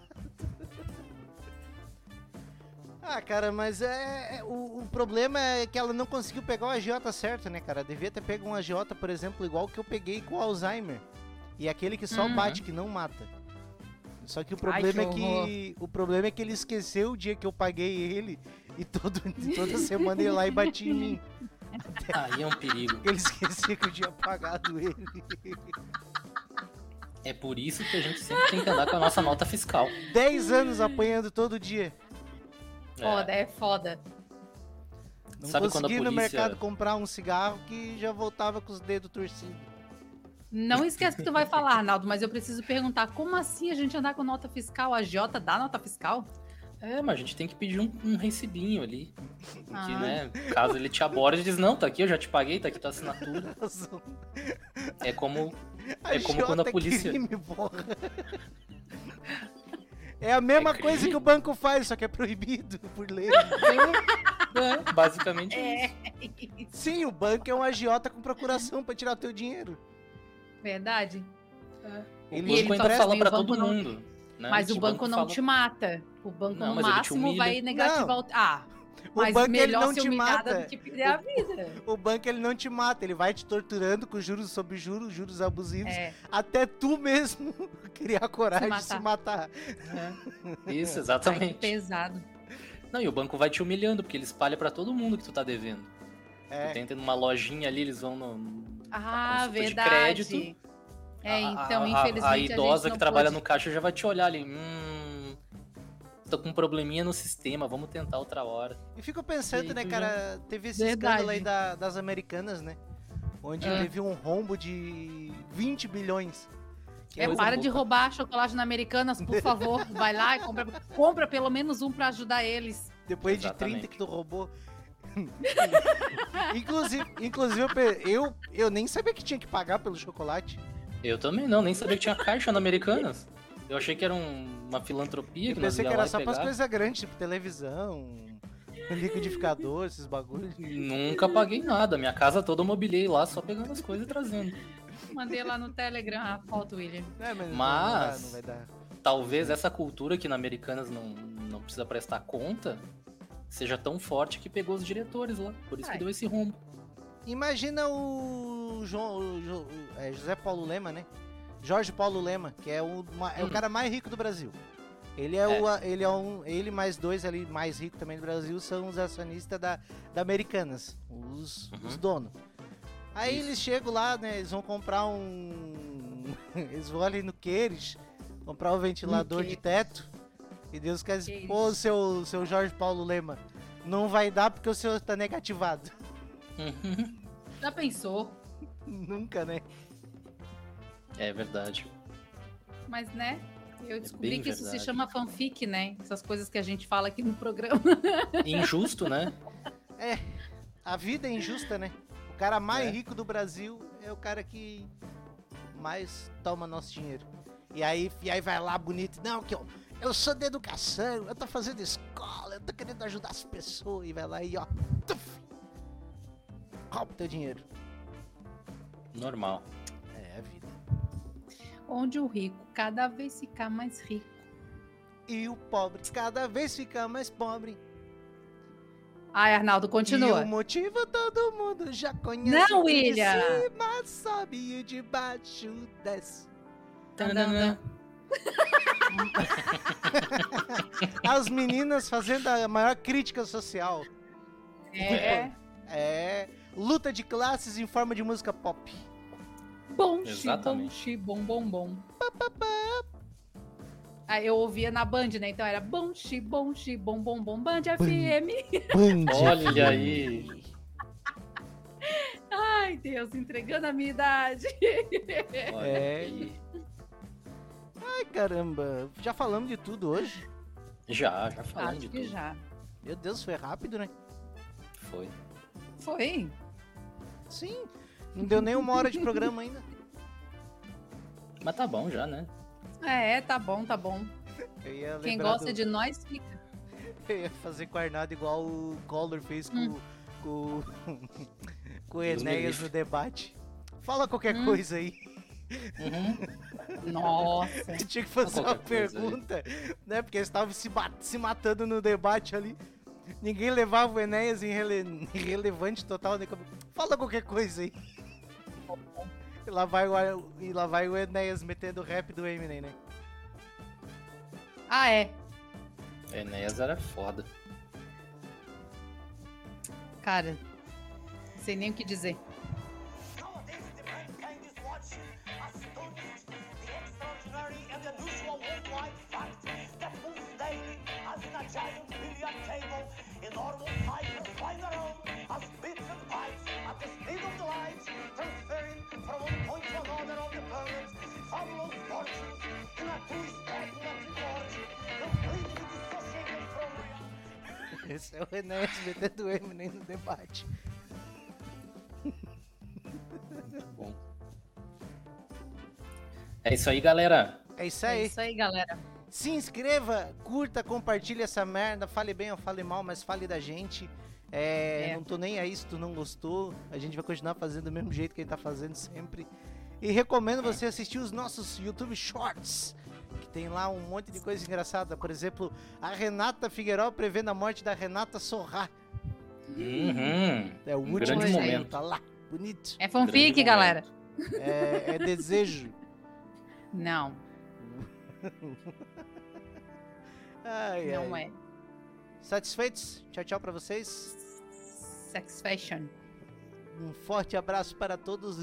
Speaker 4: Ah, cara, mas é. é, O, o problema é que ela não conseguiu pegar o agiota certo, né, cara? Devia ter pego um agiota, por exemplo, igual que eu peguei com o Alzheimer. E aquele que só
Speaker 2: Uhum.
Speaker 4: bate, que não mata. Só que o
Speaker 2: Ai,
Speaker 4: problema
Speaker 2: que
Speaker 4: é que. O problema é que ele esqueceu o dia que eu paguei ele e todo, toda semana ele ia lá e batia em mim.
Speaker 1: Aí é um perigo.
Speaker 4: Ele esquecia que eu tinha pagado ele.
Speaker 1: É por isso que a gente sempre tem que andar com a nossa nota fiscal.
Speaker 4: 10 anos apanhando todo dia.
Speaker 2: Foda,
Speaker 1: É,
Speaker 2: é foda.
Speaker 4: Não
Speaker 1: Sabe quando a
Speaker 4: consegui ir no
Speaker 1: polícia-
Speaker 4: mercado comprar um cigarro que já voltava com os dedos torcidos.
Speaker 2: Não esquece que tu vai falar, Arnaldo, mas eu preciso perguntar, como assim a gente andar com nota fiscal? A Jota dá nota fiscal?
Speaker 1: é, mas a gente tem que pedir um, um recibinho ali. Que,
Speaker 2: Ah.
Speaker 1: né, caso ele te aborde, ele diz, não, tá aqui, eu já te paguei, tá aqui tua assinatura.
Speaker 4: Nossa,
Speaker 1: É como.
Speaker 4: a
Speaker 1: É como quando a
Speaker 4: Jota é
Speaker 1: polícia-
Speaker 4: crime, porra. É a mesma
Speaker 1: É crime.
Speaker 4: coisa que o banco faz, só que é proibido por lei.
Speaker 1: É, basicamente é. isso.
Speaker 2: Ah,
Speaker 4: Sim, o banco é um agiota com procuração pra tirar teu dinheiro.
Speaker 2: Verdade.
Speaker 1: O
Speaker 4: Ele-
Speaker 1: banco
Speaker 4: E ele
Speaker 1: ainda
Speaker 2: fala
Speaker 1: fala
Speaker 2: assim,
Speaker 1: pra
Speaker 2: o banco
Speaker 1: todo
Speaker 2: não-
Speaker 1: mundo. né?
Speaker 2: mas o
Speaker 1: Que
Speaker 2: banco, não
Speaker 1: fala-
Speaker 2: te mata. O banco,
Speaker 1: Não,
Speaker 2: no
Speaker 1: mas ele te
Speaker 2: máximo,
Speaker 1: humilha.
Speaker 2: vai negativar o... Ah,
Speaker 4: O
Speaker 2: mas
Speaker 4: banco ele
Speaker 2: melhor
Speaker 4: não
Speaker 2: ser
Speaker 4: te
Speaker 2: humilhada
Speaker 4: mata.
Speaker 2: do que perder a vida.
Speaker 4: O banco ele não te mata, ele vai te torturando com juros sobre juros, juros abusivos,
Speaker 2: É,
Speaker 4: até tu mesmo criar coragem de se
Speaker 2: matar.
Speaker 4: matar.
Speaker 1: É. Isso,
Speaker 2: ai, que
Speaker 1: exatamente.
Speaker 2: pesado.
Speaker 1: Não, e o banco vai te humilhando, porque ele espalha pra todo mundo que tu tá devendo. Tu
Speaker 4: É,
Speaker 1: tem tendo uma lojinha ali, eles vão no.
Speaker 2: Ah,
Speaker 1: consulta de
Speaker 2: verdade.
Speaker 1: crédito,
Speaker 2: É, então,
Speaker 1: a,
Speaker 2: infelizmente.
Speaker 1: A,
Speaker 2: gente
Speaker 1: idosa
Speaker 2: não
Speaker 1: que trabalha
Speaker 2: pôde-
Speaker 1: no caixa já vai te olhar ali. Hum. Tô com um probleminha no sistema, vamos tentar outra hora.
Speaker 4: E fico pensando,
Speaker 1: E
Speaker 4: né,
Speaker 1: tu
Speaker 4: cara, teve esse
Speaker 2: Verdade.
Speaker 4: escândalo aí da- das americanas, né? Onde
Speaker 2: É.
Speaker 4: teve um rombo de 20 bilhões. Que
Speaker 2: É,
Speaker 1: Coisa
Speaker 2: para de
Speaker 1: louca.
Speaker 2: roubar chocolate na Americanas, por favor. Vai lá e compra, compra pelo menos um pra ajudar eles.
Speaker 4: Depois de 30
Speaker 1: Exatamente.
Speaker 4: que tu roubou. inclusive, inclusive eu, pe- eu, eu nem sabia que tinha que pagar pelo chocolate.
Speaker 1: Eu também não, nem sabia que tinha caixa na Americanas. Eu achei que era um- uma filantropia
Speaker 4: Eu
Speaker 1: que nós
Speaker 4: pensei
Speaker 1: ia
Speaker 4: que
Speaker 1: lá
Speaker 4: era
Speaker 1: e
Speaker 4: só pras
Speaker 1: pegar.
Speaker 4: coisas grandes, tipo televisão, um liquidificador, esses bagulhos.
Speaker 1: Nunca paguei nada. Minha casa toda eu mobilei lá, só pegando as coisas e trazendo.
Speaker 2: Mandei lá no Telegram a foto, William.
Speaker 4: É, mas. não-
Speaker 1: Mas-
Speaker 4: Não, vai dar.
Speaker 1: talvez essa cultura que na Americanas não, não precisa prestar conta seja tão forte que pegou os diretores lá. Por isso
Speaker 2: Ai.
Speaker 1: que deu esse rumo.
Speaker 4: Imagina o, João, o Jo- o- é, José Paulo Lema, né? Jorge Paulo Lema, que é o, ma- é o
Speaker 1: Hum.
Speaker 4: cara mais rico do Brasil. Ele é, O, a- ele é um, ele mais dois ali mais rico também do Brasil são os acionistas da, da Americanas, os, os
Speaker 1: Uhum.
Speaker 4: donos. Aí
Speaker 1: Isso.
Speaker 4: eles chegam lá, né? Eles vão comprar um Eles vão ali no Queires comprar o ventilador de
Speaker 2: Queires.
Speaker 4: teto. E Deus quer dizer,
Speaker 2: Queires.
Speaker 4: pô, seu, seu Jorge Paulo Lema, não vai dar porque o senhor tá negativado.
Speaker 2: Já pensou?
Speaker 4: Nunca, né?
Speaker 1: É verdade.
Speaker 2: Mas, né? Eu descobri
Speaker 1: É bem
Speaker 2: que isso
Speaker 1: verdade.
Speaker 2: se chama fanfic, né? Essas coisas que a gente fala aqui no programa.
Speaker 1: E Injusto, né?
Speaker 4: A vida é injusta, né? O cara mais
Speaker 1: É.
Speaker 4: rico do Brasil é o cara que mais toma nosso dinheiro. E aí, e aí vai lá bonito, não, que eu, eu sou da educação, eu tô fazendo escola, eu tô querendo ajudar as pessoas. E vai lá e ó, tuf, rouba o teu dinheiro.
Speaker 1: Normal.
Speaker 4: É a vida.
Speaker 2: Onde o rico cada vez fica mais rico.
Speaker 4: E o pobre cada vez fica mais pobre.
Speaker 2: Ai, Arnaldo, continua.
Speaker 4: E o motivo todo mundo já conhece.
Speaker 2: Não,
Speaker 4: O de
Speaker 2: William!
Speaker 4: cima sobe e o de baixo desce.
Speaker 2: Tandanã.
Speaker 4: As meninas fazendo a maior crítica social.
Speaker 2: É.
Speaker 4: É. Luta de classes em forma de música pop.
Speaker 2: Bom,
Speaker 1: Exatamente.
Speaker 2: xi, bom, xi, bom, bom, bom. Aí eu ouvia na Band, né? Então era bom, xi, bom, xi, bom, bom, bom, Band FM.
Speaker 1: Olha aí.
Speaker 2: Ai, Deus, entregando a minha idade.
Speaker 1: Olha
Speaker 4: É.
Speaker 1: aí.
Speaker 4: Ai, caramba. Já falamos de tudo hoje.
Speaker 1: Já, já falando de
Speaker 2: Acho que
Speaker 1: tudo.
Speaker 2: já.
Speaker 4: Meu Deus, foi rápido, né?
Speaker 1: Foi.
Speaker 2: Foi?
Speaker 4: Sim. Não deu nem uma hora de programa ainda.
Speaker 1: Mas tá bom já, né?
Speaker 2: É, tá bom, tá bom.
Speaker 4: Eu ia
Speaker 2: Quem
Speaker 4: lembrar
Speaker 2: gosta
Speaker 4: do-
Speaker 2: de nós, fica.
Speaker 4: Eu ia fazer com a Arnaldo igual o Collor fez
Speaker 2: Hum.
Speaker 4: com, com, com o Enéas
Speaker 1: livre.
Speaker 4: no debate. Fala
Speaker 2: Hum.
Speaker 4: qualquer coisa aí.
Speaker 1: Uhum.
Speaker 2: Nossa.
Speaker 4: Eu tinha que fazer
Speaker 1: Fala
Speaker 4: uma
Speaker 1: qualquer coisa aí.
Speaker 4: pergunta, né? Porque eles estavam se, bat- se matando no debate ali. Ninguém levava o Enéas em rele- irrelevante total. Né? Como, Fala qualquer coisa aí. E lá, vai o, Ar- e lá vai o Enéas metendo o rap do Eminem, né?
Speaker 2: Ah, é.
Speaker 1: Enéas era foda.
Speaker 2: Cara, não sei nem o que dizer.
Speaker 4: Esse é o Enéas metendo o Eminem no debate.
Speaker 1: Bom. É isso aí, galera.
Speaker 4: É isso
Speaker 2: É
Speaker 4: aí.
Speaker 2: isso aí, galera.
Speaker 4: Se inscreva, curta, compartilhe essa merda. Fale bem ou fale mal, mas fale da gente. É,
Speaker 2: É.
Speaker 4: Não tô nem aí se tu não gostou. A gente vai continuar fazendo do mesmo jeito que a gente tá fazendo sempre. E
Speaker 2: É.
Speaker 4: recomendo você assistir os nossos YouTube Shorts, que tem lá um monte de coisa engraçada. Por exemplo, a Renata Figueiró prevendo a morte da Renata Sorrá.
Speaker 1: Uhum.
Speaker 4: É o
Speaker 1: Um
Speaker 4: último
Speaker 2: Hum, grande
Speaker 4: desenho,
Speaker 1: momento.
Speaker 4: tá lá. Bonito.
Speaker 2: É
Speaker 1: Grande
Speaker 2: fanfic,
Speaker 1: momento.
Speaker 2: galera.
Speaker 4: É, é desejo.
Speaker 2: Não,
Speaker 4: Ai,
Speaker 2: não
Speaker 4: ai.
Speaker 2: é.
Speaker 4: Satisfeitos? Tchau, tchau pra vocês.
Speaker 2: Sex fashion.
Speaker 4: Um forte abraço para todos